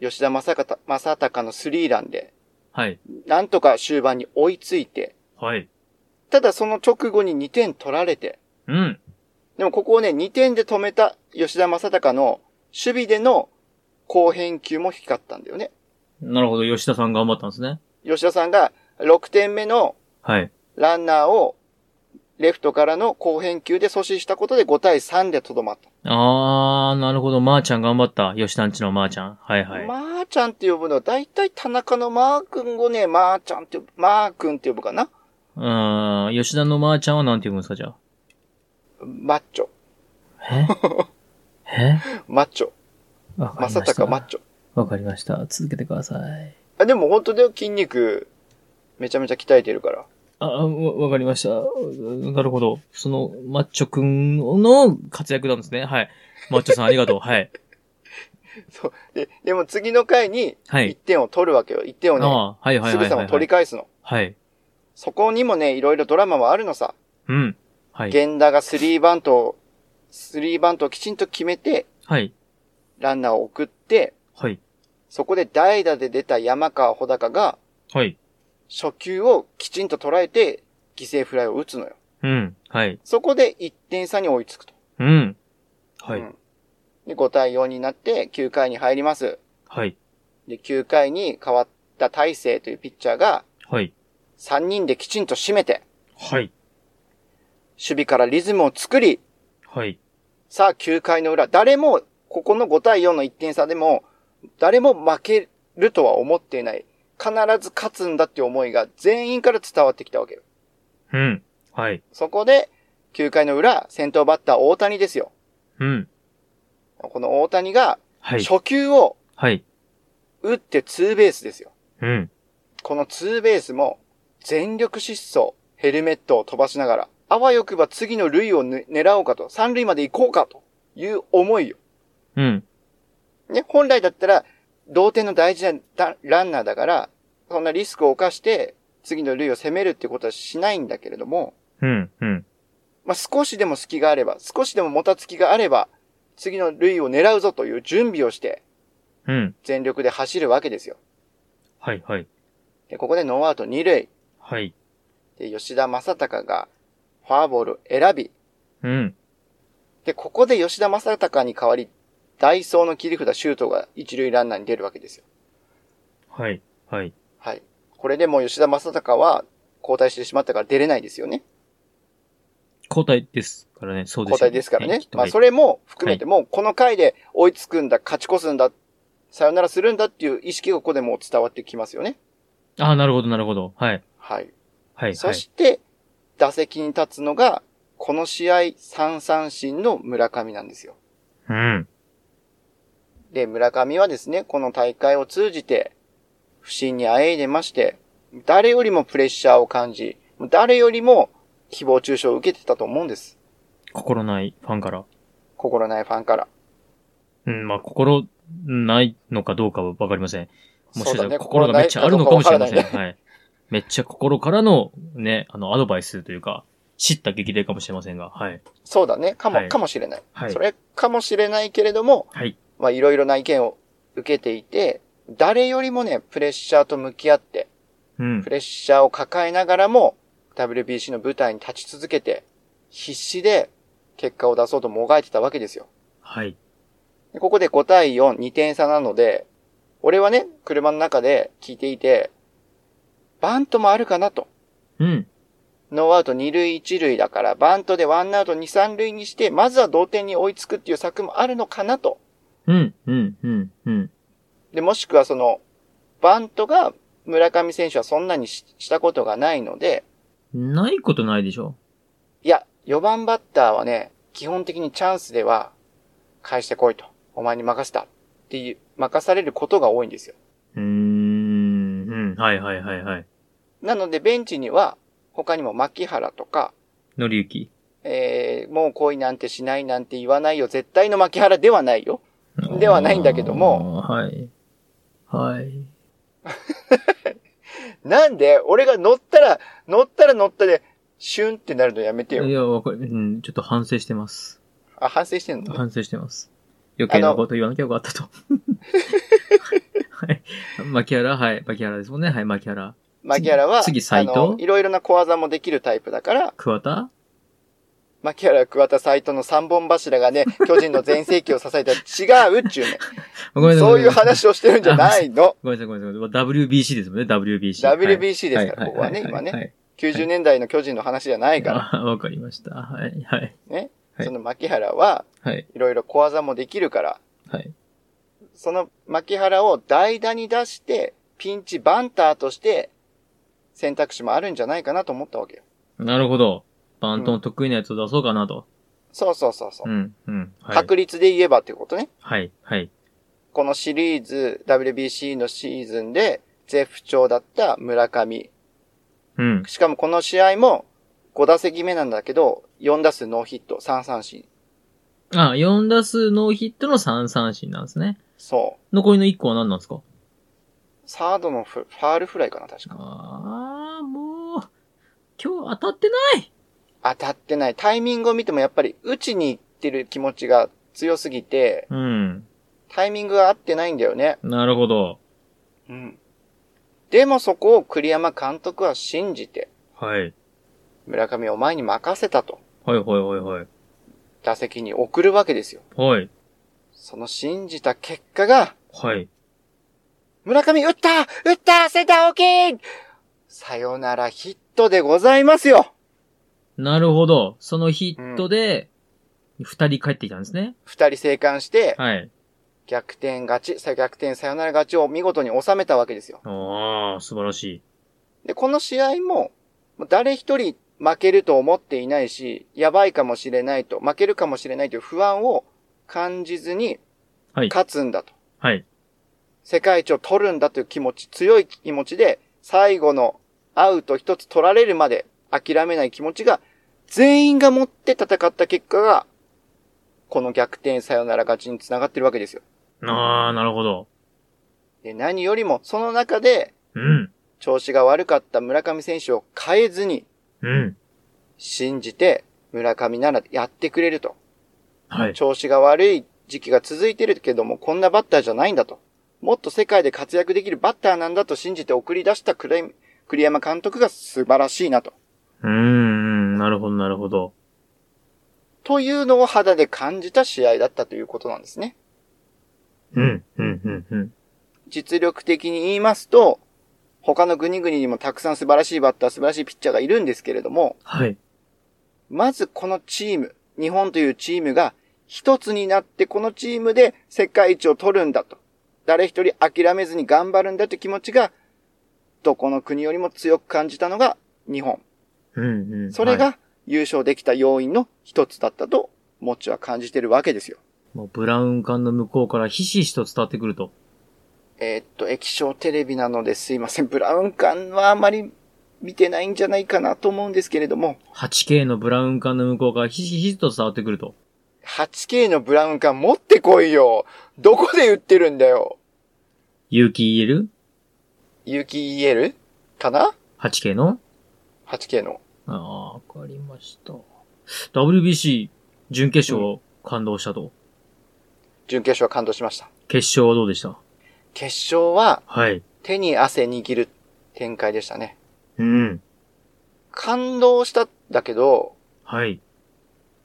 Speaker 2: 吉田正尚正尚のスリーランで、
Speaker 1: はい。
Speaker 2: なんとか終盤に追いついて、
Speaker 1: はい。
Speaker 2: ただその直後に2点取られて、
Speaker 1: うん。
Speaker 2: でもここをね、2点で止めた吉田正尚の守備での後変球も光ったんだよね。
Speaker 1: なるほど。吉田さん頑張ったんですね。
Speaker 2: 吉田さんが6点目の
Speaker 1: はい。
Speaker 2: ランナーをレフトからの後変球で阻止したことで5対3でとどまった。
Speaker 1: あー、なるほど。まー、ちゃん頑張った。吉田んちのまーちゃん。はいはい。
Speaker 2: まーちゃんって呼ぶのは、だいたい田中のまーくんをね、まーちゃんって呼ぶ、まーくんって呼ぶかな
Speaker 1: あー吉田のまーちゃんはなんて言うんですか、じゃあ。
Speaker 2: マッチョ。
Speaker 1: ええ
Speaker 2: マッチョ。
Speaker 1: わか
Speaker 2: ま
Speaker 1: り
Speaker 2: さ
Speaker 1: ましたた。
Speaker 2: かマッチョ。
Speaker 1: わかりました。続けてください。
Speaker 2: あ、でも本当だよ、筋肉、めちゃめちゃ鍛えてるから。
Speaker 1: あ、わわかりました。うなるほど。その、マッチョくんの活躍なんですね。はい。マッチョさんありがとう。はい。
Speaker 2: そう。で、でも次の回に、
Speaker 1: は
Speaker 2: 1
Speaker 1: い。
Speaker 2: 点を取るわけよ。1点を
Speaker 1: あ
Speaker 2: ね、
Speaker 1: あ、はいはい
Speaker 2: す
Speaker 1: は
Speaker 2: ぐ
Speaker 1: い
Speaker 2: さ
Speaker 1: はい、
Speaker 2: ま取
Speaker 1: は
Speaker 2: り
Speaker 1: い。
Speaker 2: 返すの。
Speaker 1: はい。
Speaker 2: そこにもね、いろいろドラマはあるのさ。
Speaker 1: うん。はい。
Speaker 2: 源田がスリーバントを、スリーバントをきちんと決めて、
Speaker 1: はい。
Speaker 2: ランナーを送って、
Speaker 1: はい。
Speaker 2: そこで代打で出た山川穂高が、
Speaker 1: はい。
Speaker 2: 初球をきちんと捉えて、犠牲フライを打つのよ。
Speaker 1: うん。はい。
Speaker 2: そこで1点差に追いつくと。
Speaker 1: うん。は
Speaker 2: う
Speaker 1: い。
Speaker 2: んで、5対4になって、9回に入ります。
Speaker 1: はい。
Speaker 2: で、9回に変わった大勢というピッチャーが、
Speaker 1: はい。
Speaker 2: 3人できちんと締めて、
Speaker 1: はい。
Speaker 2: 守備からリズムを作り、
Speaker 1: はい。
Speaker 2: さあ9回の裏、誰も、ここの5対4の1点差でも、誰も負けるとは思っていない。必ず勝つんだって思いが全員から伝わってきたわけよ。
Speaker 1: うん。はい。
Speaker 2: そこで、9回の裏、先頭バッター大谷ですよ。
Speaker 1: うん。
Speaker 2: この大谷が、
Speaker 1: はい。
Speaker 2: 初球を
Speaker 1: はい。
Speaker 2: 打ってツーベースですよ。
Speaker 1: うん。
Speaker 2: このツーベースも、全力疾走、ヘルメットを飛ばしながら、あわよくば次の塁をね狙おうかと、三塁まで行こうかという思いよ。
Speaker 1: うん。
Speaker 2: ね、本来だったら、同点の大事なだランナーだから、そんなリスクを冒して、次の塁を攻めるってことはしないんだけれども、
Speaker 1: うん。うん。
Speaker 2: まあ、少しでも隙があれば、少しでももたつきがあれば、次の塁を狙うぞという準備をして、
Speaker 1: うん。
Speaker 2: 全力で走るわけですよ。
Speaker 1: はい。はい。
Speaker 2: で、ここでノーアウト2塁。
Speaker 1: はい。
Speaker 2: で、吉田正尚が、フォアボールを選び、
Speaker 1: うん。
Speaker 2: で、ここで吉田正尚に代わり、ダイソーの切り札シュートが一塁ランナーに出るわけですよ。
Speaker 1: はい。はい。
Speaker 2: はい。これでもう吉田正尚は交代してしまったから出れないですよね。
Speaker 1: 交代ですからね。そうです
Speaker 2: 交
Speaker 1: よ。
Speaker 2: 代ですから
Speaker 1: は
Speaker 2: ね
Speaker 1: いきっ。と
Speaker 2: ま
Speaker 1: は
Speaker 2: あ
Speaker 1: い
Speaker 2: それも含めてもうこの回で追いつくんだ、勝ち越すんだ、さよならするんだっていう意識がここでもう伝わってきますよね。
Speaker 1: ああ、なるほど、なるほど。はい。
Speaker 2: はい。
Speaker 1: はい。は
Speaker 2: そ
Speaker 1: い。
Speaker 2: して、打席に立つのが、この試合3三振の村上なんですよ。
Speaker 1: うん。
Speaker 2: で、村上はですね、この大会を通じて、不振にあえいでまして、誰よりもプレッシャーを感じ、誰よりも誹謗中傷を受けてたと思うんです。
Speaker 1: 心ないファンから。
Speaker 2: 心ないファンから。
Speaker 1: うん、まあ、心ないのかどうかはわかりません。もしか
Speaker 2: そう
Speaker 1: した
Speaker 2: だ
Speaker 1: ら、
Speaker 2: ね
Speaker 1: 心がめっちゃあるのかもしれません。
Speaker 2: 心ないかどうかわから
Speaker 1: はい。めっちゃ心からの、ね、あの、アドバイスというか、知った激励かもしれませんが、はい。
Speaker 2: そうだね。かも、
Speaker 1: はい
Speaker 2: かもしれない。
Speaker 1: はい
Speaker 2: そ。れかもしれないけれども、
Speaker 1: はい。
Speaker 2: まあいろいろな意見を受けていて、誰よりもね、プレッシャーと向き合って、
Speaker 1: うん
Speaker 2: プ。レッシャーを抱えながらも、WBC の舞台に立ち続けて、必死で結果を出そうともがいてたわけですよ。
Speaker 1: はい。
Speaker 2: でここで5対4、2点差なので、俺はね、車の中で聞いていて、バントもあるかなと。
Speaker 1: うん。
Speaker 2: ノーアウト2塁1塁だから、バントでワンアウト2、3塁にして、まずは同点に追いつくっていう策もあるのかなと。
Speaker 1: うん、うん、うん、うん。
Speaker 2: で、もしくはその、バントが村上選手はそんなにししたことがないので、
Speaker 1: ないことないでしょ。
Speaker 2: いや、4番バッターはね、基本的にチャンスでは、返してこいと。お前に任せた。っていう、任されることが多いんですよ。
Speaker 1: うーん、うん、はい、はい、はい、はい。
Speaker 2: なので、ベンチには、他にも牧原とか、
Speaker 1: のりゆき。
Speaker 2: えー、もう恋なんてしないなんて言わないよ。絶対の牧原ではないよ。ではないんだけども
Speaker 1: あー。はい。はい。
Speaker 2: なんで、俺が乗ったら、乗ったら乗ったで、シュンってなるのやめて
Speaker 1: い
Speaker 2: よ。
Speaker 1: や、わかる。うん、ちょっと反省してます。
Speaker 2: あ、反省してんのね
Speaker 1: 反省してます。余計なこと言わなきゃよかったと。はい。牧原、はい。牧原ですもんね。はい、牧原。
Speaker 2: 牧原は、
Speaker 1: 次斉藤
Speaker 2: あのいろいろな小技もできるタイプだから、
Speaker 1: 桑田
Speaker 2: 牧原、桑田、斎藤の三本柱がね、巨人の全盛期を支えた違うっちゅうね。
Speaker 1: ごめんなさい。
Speaker 2: そういう話をしてるんじゃないの。
Speaker 1: ごめんなさい、ごめんなさい。ごめんなさい WBC ですもんね、WBC。
Speaker 2: WBC ですから、
Speaker 1: はい
Speaker 2: ここはね、
Speaker 1: い
Speaker 2: 今
Speaker 1: は
Speaker 2: ね。
Speaker 1: い。
Speaker 2: 90年代の巨人の話じゃないから、
Speaker 1: あわかりました。はい、はい、
Speaker 2: ね。
Speaker 1: はい
Speaker 2: その牧原は、
Speaker 1: はい、
Speaker 2: いろいろ小技もできるから、
Speaker 1: はい。
Speaker 2: その牧原を代打に出して、ピンチバンターとして、選択肢もあるんじゃないかなと思ったわけよ。
Speaker 1: なるほど。バントの得意なやつを出そうかなと。
Speaker 2: そうそうそうそうう。
Speaker 1: ん、うん。はい。
Speaker 2: 確率で言えばっていうことね。
Speaker 1: はい、はい。
Speaker 2: このシリーズ、WBC のシーズンで絶不調だった村上。
Speaker 1: うん。
Speaker 2: しかもこの試合も5打席目なんだけど、4打数ノーヒット、3三振。
Speaker 1: あ、4打数ノーヒットの3三振なんですね。
Speaker 2: そう。
Speaker 1: 残りの1個は何なんですか
Speaker 2: サードのフファールフライかな、確か。
Speaker 1: ああ、もう、今日当たってない
Speaker 2: 当たってない。タイミングを見てもやっぱり打ちに行ってる気持ちが強すぎて、
Speaker 1: うん。
Speaker 2: タイミングが合ってないんだよね。
Speaker 1: なるほど。
Speaker 2: うん。でもそこを栗山監督は信じて、
Speaker 1: はい。
Speaker 2: 村上を前に任せたと。
Speaker 1: はいはいはいはい。
Speaker 2: 打席に送るわけですよ。
Speaker 1: はい。
Speaker 2: その信じた結果が、
Speaker 1: はい。
Speaker 2: 村上打った打ったセンター大きいさよならヒットでございますよ
Speaker 1: なるほど。そのヒットで、二人帰ってきたんですね。
Speaker 2: 二人生還して、
Speaker 1: はい。
Speaker 2: 逆転勝ち、さ逆転サヨナラ勝ちを見事に収めたわけですよ。
Speaker 1: ああ、素晴らしい。
Speaker 2: で、この試合も、もう誰一人負けると思っていないし、やばいかもしれないと、負けるかもしれないという不安を感じずに、
Speaker 1: はい
Speaker 2: 勝つんだと。
Speaker 1: はい。
Speaker 2: 世界一を取るんだという気持ち、強い気持ちで、最後のアウト一つ取られるまで諦めない気持ちが、全員が持って戦った結果が、この逆転サヨナラ勝ちにつながってるわけですよ。
Speaker 1: ああ、なるほど。
Speaker 2: で、何よりも、その中で、
Speaker 1: うん。
Speaker 2: 調子が悪かった村上選手を変えずに、
Speaker 1: うん。
Speaker 2: 信じて、村上ならやってくれると。
Speaker 1: はい。
Speaker 2: 調子が悪い時期が続いてるけども、こんなバッターじゃないんだと。もっと世界で活躍できるバッターなんだと信じて送り出した栗栗山監督が素晴らしいなと。
Speaker 1: うーん、なるほど、なるほど。
Speaker 2: というのを肌で感じた試合だったということなんですね。
Speaker 1: うん、うん、うん、うん。
Speaker 2: 実力的に言いますと、他の国々にもたくさん素晴らしいバッター、素晴らしいピッチャーがいるんですけれども、
Speaker 1: はい。
Speaker 2: まずこのチーム、日本というチームが一つになってこのチームで世界一を取るんだと。誰一人諦めずに頑張るんだという気持ちが、どこの国よりも強く感じたのが日本。
Speaker 1: うん、うん。
Speaker 2: それ
Speaker 1: はい、
Speaker 2: が優勝できた要因の一つだったと、もっちは感じてるわけですよ。
Speaker 1: もうブラウン管の向こうからひしひしと伝わってくると。
Speaker 2: えーっと、液晶テレビなのですいません。ブラウン管はあまり見てないんじゃないかなと思うんですけれども、
Speaker 1: 8K のブラウン管の向こうからひしひしと伝わってくると。
Speaker 2: 8K のブラウン管持ってこいよどこで売ってるんだよ
Speaker 1: 勇気言える
Speaker 2: 有機 EL? かな
Speaker 1: ?8K の
Speaker 2: ?8K の。
Speaker 1: ああ、わかりました。WBC 準決勝、感動したと。
Speaker 2: 準決勝は感動しました。
Speaker 1: 決勝はどうでした
Speaker 2: 決勝は
Speaker 1: はい。
Speaker 2: 手に汗握る展開でしたね。
Speaker 1: うん。
Speaker 2: 感動したんだけど、
Speaker 1: はい。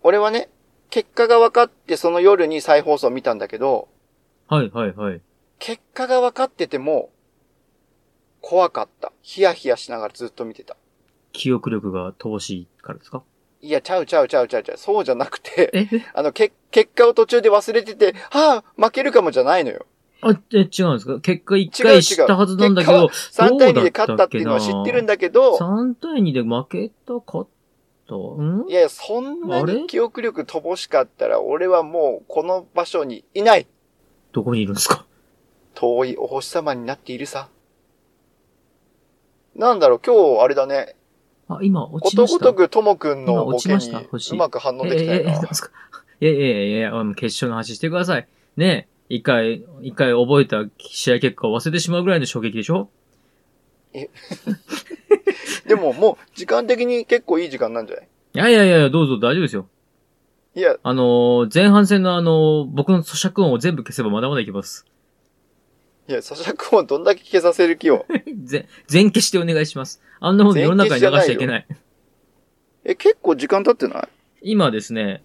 Speaker 2: 俺はね、結果が分かってその夜に再放送見たんだけど、
Speaker 1: はい、はい、はい。
Speaker 2: 結果が分かってても、怖かった。ヒヤヒヤしながらずっと見てた。
Speaker 1: 記憶力が乏しいからですか
Speaker 2: いや、ちゃうちゃうちゃうちゃうちゃう。そうじゃなくて、
Speaker 1: え、え
Speaker 2: [LAUGHS] あの、け、結果を途中で忘れてて、はぁ、負けるかもじゃないのよ。
Speaker 1: あ、え、違うんですか結果一
Speaker 2: 違う違う。
Speaker 1: 回知ったはずなんだけど、
Speaker 2: 結果は3対2で勝ったっていうのは知ってるんだけど、
Speaker 1: 3対2で負けたかった。ん
Speaker 2: いやいや、そんな
Speaker 1: あ
Speaker 2: に
Speaker 1: れ
Speaker 2: 記憶力乏しかったら、俺はもうこの場所にいない
Speaker 1: どこにいるんですか
Speaker 2: 遠いお星様になっているさ。なんだろう、今日あれだね、
Speaker 1: あ、今落
Speaker 2: こ
Speaker 1: ちま
Speaker 2: と
Speaker 1: し
Speaker 2: ご
Speaker 1: た。
Speaker 2: とくともくん
Speaker 1: 今
Speaker 2: のボ
Speaker 1: 落ち
Speaker 2: ケ
Speaker 1: ま
Speaker 2: に
Speaker 1: した星
Speaker 2: うまく反応
Speaker 1: え
Speaker 2: できた
Speaker 1: えええ
Speaker 2: よ
Speaker 1: なん
Speaker 2: な。
Speaker 1: ですかいやいやいやいや、あの決勝の話してください。ねえ、一回、一回覚えた試合結果を忘れてしまうぐらいの衝撃でしょ
Speaker 2: でももう時間的に結構いい時間なんじゃない
Speaker 1: いやいやいや、どうぞ大丈夫ですよ。
Speaker 2: いや、
Speaker 1: あのー前半戦のあのー僕の咀嚼音を全部消せばまだまだいけます。 [LAUGHS]
Speaker 2: いや、咀嚼音どんだけ消させる気を。
Speaker 1: 全、全消してお願いします。あんなもの世の中に流しちゃいけない。
Speaker 2: え、結構時間経ってない
Speaker 1: 今ですね、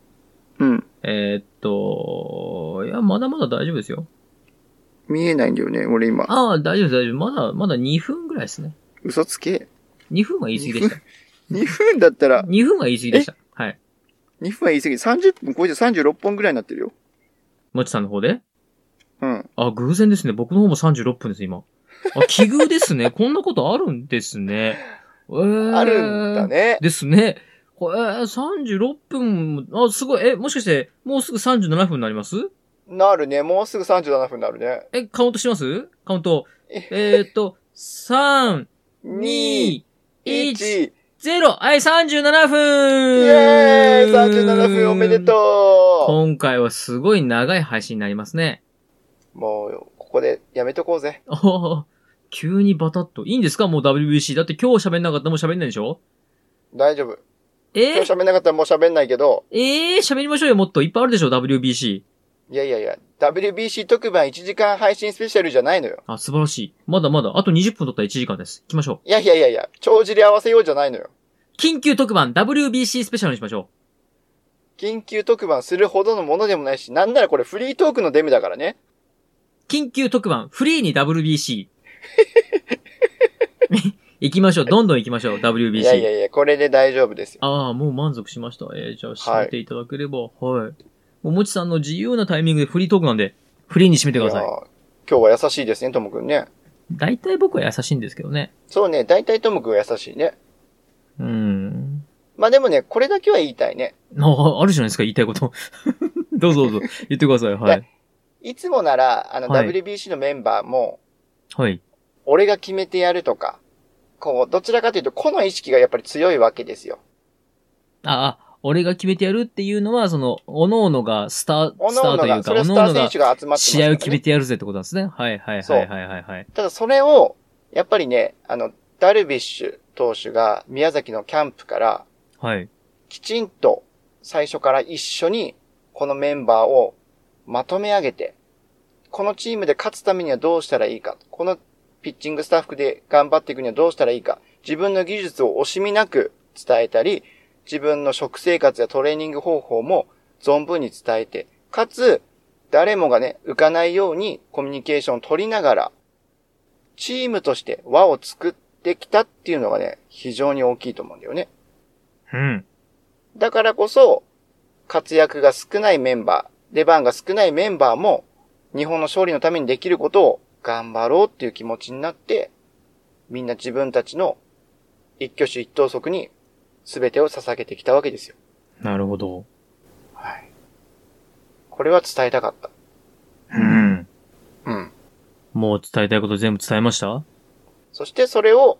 Speaker 2: うん。
Speaker 1: えーっと、いや、まだまだ大丈夫ですよ。
Speaker 2: 見えないんだよね、俺今。
Speaker 1: ああ、大丈夫です大丈夫。まだ、まだ2分ぐらいですね。
Speaker 2: 嘘つけ。
Speaker 1: 2分は言い過ぎでした。
Speaker 2: 2分だったら、
Speaker 1: 2分は言い過ぎでした。はい。
Speaker 2: 2分は言い過ぎ。30分超えて36本ぐらいになってるよ。
Speaker 1: もちさんの方で
Speaker 2: うん。
Speaker 1: あ、偶然ですね。僕の方も36分です、今。あ奇遇ですね。こんなことあるんですね。え [LAUGHS] ー、
Speaker 2: あるんだ。ね。
Speaker 1: ですね。えー、36分、あ、すごい。え、もしかして、もうすぐ37分になります
Speaker 2: なるね。もうすぐ37分になるね。
Speaker 1: え、カウントしますカウント。えーっと、3、
Speaker 2: 2、
Speaker 1: 2、1、
Speaker 2: 1。イ
Speaker 1: 0! はい、37
Speaker 2: ェ
Speaker 1: 分
Speaker 2: ーイ !37 分おめで
Speaker 1: う
Speaker 2: と
Speaker 1: 今回はすごい長い配信になりますね。
Speaker 2: うもう、ここでやめとこうぜ。
Speaker 1: おー急にバタッと。いいんですかもう WBC。だって今日喋んなかったらもう喋んないでしょ
Speaker 2: 大丈夫。
Speaker 1: え
Speaker 2: 今日喋んなかったらもう喋んないけど、
Speaker 1: えー、喋りましょうよ、もっと。いっぱいあるでしょ、WBC。
Speaker 2: いやいやいや、WBC 特番1時間配信スペシャルじゃないのよ。
Speaker 1: あ、素晴らしい。まだまだ、あと20分取ったら1時間です。行きましょ
Speaker 2: いやいやいやいや、帳尻合わせようじゃないのよ。
Speaker 1: う。緊急特番 WBC スペシャルにしましょ
Speaker 2: 緊急特番するほどのものでもないし、なんならこれフリートークのデミだからね。
Speaker 1: う。緊急特番、フリーに [LAUGHS] WBC。行きましょう。どんどん行きましょう、WBC。
Speaker 2: いやいやいや、これで大丈夫ですよ。
Speaker 1: ああ、もう満足しました。えー、じゃあ、締めていただければ。はい。ももちさんの自由なタイミングでフリートークなんで、フリーに締めてください
Speaker 2: いや。今日は優しいですね、ともくんね。
Speaker 1: 大体僕は優しいんですけどね。
Speaker 2: そうね、大体ともくんは優しいね。
Speaker 1: うーん。
Speaker 2: まあでもね、これだけは言いたいね。
Speaker 1: あ、あるじゃないですか、言いたいこと。 [LAUGHS] どうぞどうぞ、言ってください。はい。
Speaker 2: いつもなら、あの、
Speaker 1: はい
Speaker 2: WBC のメンバーも、
Speaker 1: はい。
Speaker 2: 俺が決めてやるとか、こう、どちらかというと、この意識がやっぱり強いわけですよ。
Speaker 1: あ、あ、俺が決めてやるっていうのは、その、おののがスター、
Speaker 2: お
Speaker 1: スタ
Speaker 2: の
Speaker 1: ーと
Speaker 2: の
Speaker 1: い
Speaker 2: が、
Speaker 1: う
Speaker 2: そ
Speaker 1: か、
Speaker 2: れは
Speaker 1: お
Speaker 2: ス
Speaker 1: の
Speaker 2: タ
Speaker 1: の
Speaker 2: ー選
Speaker 1: が
Speaker 2: 手が集まってます
Speaker 1: 試
Speaker 2: から
Speaker 1: 合
Speaker 2: ね
Speaker 1: を決めてやるぜってことなんですね。はいはい
Speaker 2: そう
Speaker 1: はいはいはいはい。
Speaker 2: ただそれを、やっぱりね、あの、ダルビッシュ投手が宮崎のキャンプから、
Speaker 1: はい。
Speaker 2: きちんと最初から一緒にこのメンバーをまとめ上げて、このチームで勝つためにはどうしたらいいか、このピッチングスタッフで頑張っていくにはどうしたらいいか、自分の技術を惜しみなく伝えたり、自分の食生活やトレーニング方法も存分に伝えて、かつ、誰もがね、浮かないようにコミュニケーションを取りながら、チームとして輪を作ってきたっていうのがね、非常に大きいと思うんだよね。
Speaker 1: うん。
Speaker 2: だからこそ、活躍が少ないメンバー、出番が少ないメンバーも、日本の勝利のためにできることを頑張ろうっていう気持ちになって、みんな自分たちの一挙手一投足に全てを捧げてきたわけですよ。
Speaker 1: なるほど。
Speaker 2: はい。これは伝えたかった。
Speaker 1: うん。
Speaker 2: うん。
Speaker 1: もう伝えたいこと全部伝えました
Speaker 2: そしてそれを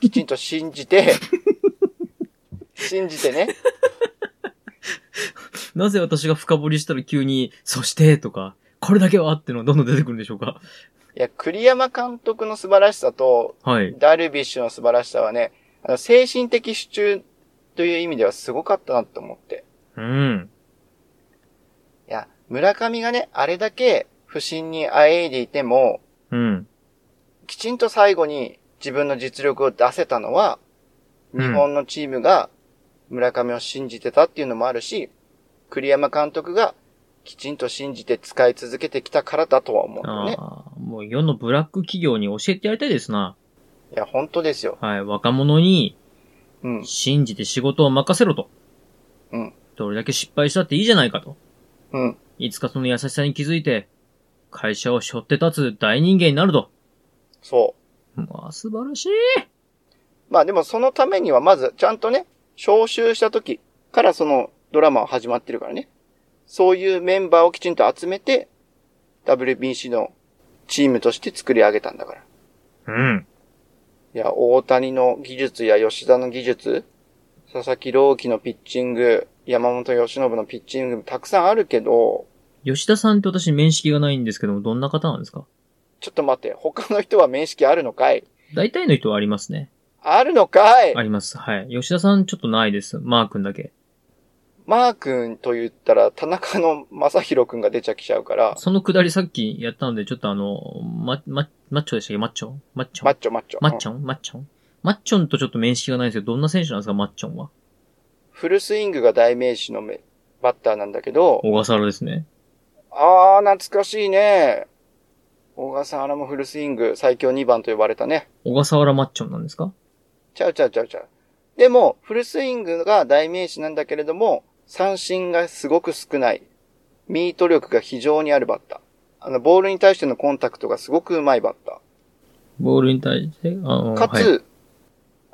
Speaker 2: きちんと信じて、 [LAUGHS] 信じてね。
Speaker 1: なぜ私が深掘りしたら急に、そして、とか、これだけはっていうのはどんどん出てくるんでしょうか
Speaker 2: いや、栗山監督の素晴らしさと、
Speaker 1: はい。
Speaker 2: ダルビッシュの素晴らしさはね、あの、精神的支柱という意味ではすごかったなと思って。
Speaker 1: うん。
Speaker 2: いや、村上がね、あれだけ不振にあえいでいても、
Speaker 1: うん。
Speaker 2: きちんと最後に自分の実力を出せたのは、
Speaker 1: うん
Speaker 2: 日本のチームが村上を信じてたっていうのもあるし、栗山監督がきちんと信じて使い続けてきたからだとは思うんだよね。
Speaker 1: ああ、もう世のブラック企業に教えてやりたいですな。
Speaker 2: いや、本当ですよ。
Speaker 1: はい。若者に
Speaker 2: うん。
Speaker 1: 信じて仕事を任せろと。
Speaker 2: うん。
Speaker 1: どれだけ失敗したっていいじゃないかと。
Speaker 2: うん。
Speaker 1: いつかその優しさに気づいて、会社を背負って立つ大人間になると。
Speaker 2: そう。
Speaker 1: まあ、素晴らしい。
Speaker 2: まあでもそのためにはまずちゃんとね、招集した時からそのドラマは始まってるからね。そういうメンバーをきちんと集めて、WBC のチームとして作り上げたんだから。い
Speaker 1: うん。
Speaker 2: や、大谷の技術や吉田の技術、佐々木朗希のピッチング、山本由伸のピッチング、たくさんあるけど、
Speaker 1: 吉田さんって私面識がないんですけども、どんな方なんですか
Speaker 2: ちょっと待って、他の人は面識あるのかい
Speaker 1: 大体の人はありますね。
Speaker 2: あるのかい
Speaker 1: あります。はい。吉田さんちょっとないです。マー君だけ。
Speaker 2: マー君と言ったら田中の正宏君が出ちゃきちゃうから、
Speaker 1: そのくだりさっきやったので、ちょっとあの、ま、ま、マッチョでしたっけマッチョンマッチョン
Speaker 2: マッチョマッチョ。
Speaker 1: マッチョンマッチョンマッチョンとちょっと面識がないんですけど、どんな選手なんですかマッチョンは。
Speaker 2: フルスイングが代名詞のめバッターなんだけど、
Speaker 1: 小笠原ですね。
Speaker 2: あー、懐かしいね。小笠原もフルスイング最強2番と呼ばれたね。
Speaker 1: 小笠原マッチョンなんですか
Speaker 2: ちゃうちゃうちゃうちゃう。でも、フルスイングが代名詞なんだけれども、三振がすごく少ない。ミート力が非常にあるバッター。あの、ボールに対してのコンタクトがすごくうまいバッター。
Speaker 1: ボールに対して、あの、
Speaker 2: かつ、
Speaker 1: はい、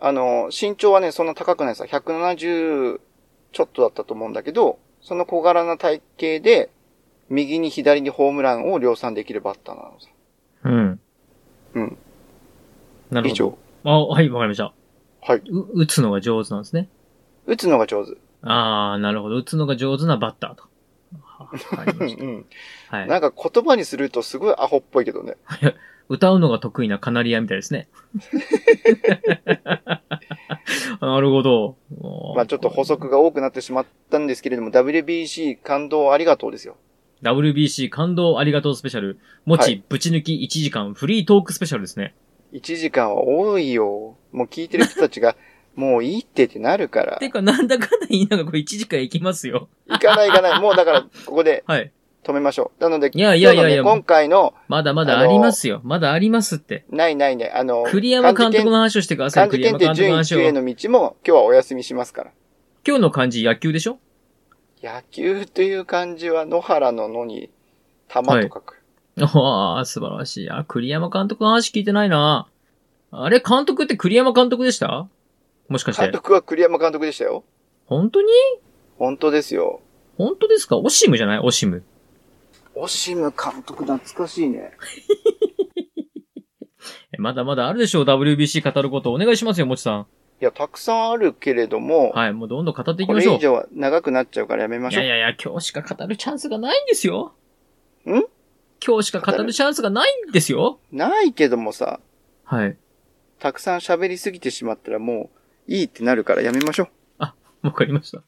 Speaker 2: あの、身長はね、そんな高くないさ。170ちょっとだったと思うんだけど、その小柄な体型で、右に左にホームランを量産できるバッターなのさ。
Speaker 1: うん。
Speaker 2: うん。
Speaker 1: なる
Speaker 2: 以
Speaker 1: ほど。
Speaker 2: 上。
Speaker 1: あ、はい、わかりました。
Speaker 2: はい。
Speaker 1: う、打つのが上手なんですね。
Speaker 2: 打つのが上手。
Speaker 1: ああ、なるほど。打つのが上手なバッターと。わかり
Speaker 2: う
Speaker 1: まし
Speaker 2: ん
Speaker 1: た。
Speaker 2: う
Speaker 1: [LAUGHS] は
Speaker 2: ん。
Speaker 1: い。
Speaker 2: なんか言葉にするとすごいアホっぽいけどね。
Speaker 1: 歌うのが得意なカナリアみたいです
Speaker 2: [LAUGHS]
Speaker 1: ね。なるほど。
Speaker 2: まあちょっと補。足が多くなってしまったんですけれども、WBC 感動ありがとうですよ。
Speaker 1: WBC 感動ありがとうスペシャル。もち、
Speaker 2: はい
Speaker 1: ぶち抜き1時間フリートークスペシャルですね。 [LAUGHS]
Speaker 2: 1時間は多いよ。もう聞いてる人たちが、もういいってってなる
Speaker 1: [LAUGHS]
Speaker 2: から。
Speaker 1: てか、なんだかんだ言いながらこれ1時間いきますよ。
Speaker 2: 行かない行かない。もうだから、ここで
Speaker 1: はい。
Speaker 2: 止めましょう。なので、
Speaker 1: いやいやいやいや
Speaker 2: 今日のね今回の、
Speaker 1: まだまだありますよ。まだありますって。
Speaker 2: ないないない、あの、
Speaker 1: 栗山監督の話をしてください。
Speaker 2: 漢字
Speaker 1: 栗
Speaker 2: 検
Speaker 1: 山
Speaker 2: 定
Speaker 1: 監督の
Speaker 2: 準一
Speaker 1: 話を
Speaker 2: 級。への道も今日はお休みしますから。
Speaker 1: 今日の漢字野球でしょ
Speaker 2: 野球という漢字は野原の野に玉と書く。
Speaker 1: ああ、素晴らしい。あ、栗山監督の話聞いてないな。あれ、監督って栗山監督でしたもしかし
Speaker 2: 監
Speaker 1: て。
Speaker 2: 督は栗山監督でしたよ。
Speaker 1: 本当に
Speaker 2: 本当ですよ。
Speaker 1: 本当ですかオシムじゃないオシム。
Speaker 2: オシム監督懐かしいね。
Speaker 1: えまだまだあるでしょう ?WBC 語ること。お願いしますよ、もちさん。
Speaker 2: いや、たくさんあるけれども、
Speaker 1: はい、もうどんどん語っていき
Speaker 2: こ
Speaker 1: ま
Speaker 2: れ
Speaker 1: しょう
Speaker 2: 以。上は長くなっちゃうからやめま
Speaker 1: い
Speaker 2: しょ
Speaker 1: や
Speaker 2: う。
Speaker 1: いやいや、今日しか語るチャンスがないんですよ。
Speaker 2: ん
Speaker 1: 今日しか語るチャンスがないんですよ。
Speaker 2: ないけどもさ、
Speaker 1: はい。
Speaker 2: たくさん喋りすぎてしまったらもういいってなるからやめましょう。
Speaker 1: わかりました。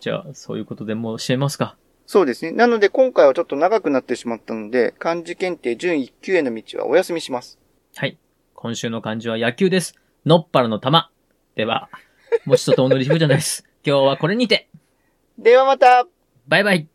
Speaker 1: じゃあ、そういうことでもう締めますか。
Speaker 2: そうですね。なので今回はちょっと長くなってしまったので、漢字検定準1級への道はお休みします。
Speaker 1: はい。今週の漢字は野球です。のっぱらの玉。では、もちととおのりひふじゃないです。今日はこれにて。
Speaker 2: ではまた
Speaker 1: バイバイ。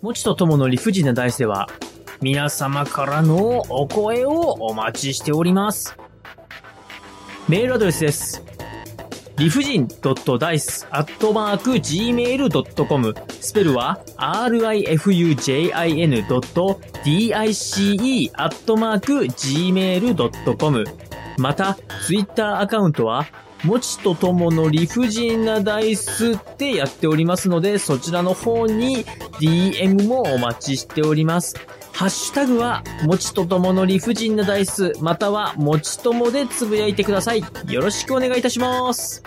Speaker 1: もちとともの理不尽な大では、皆様からのお声をお待ちしております。メールアドレスです。理不尽 d i c e g m a i l c o m スペルは rifujin.dice g m a i l c o m また、ツイッターアカウントは、もちとともの理不尽なダイスってやっておりますので、そちらの方に DM もお待ちしております。ハッシュタグは、もちとともの理不尽なダイス、または、もちともでつぶやいてください。よろしくお願いいたします。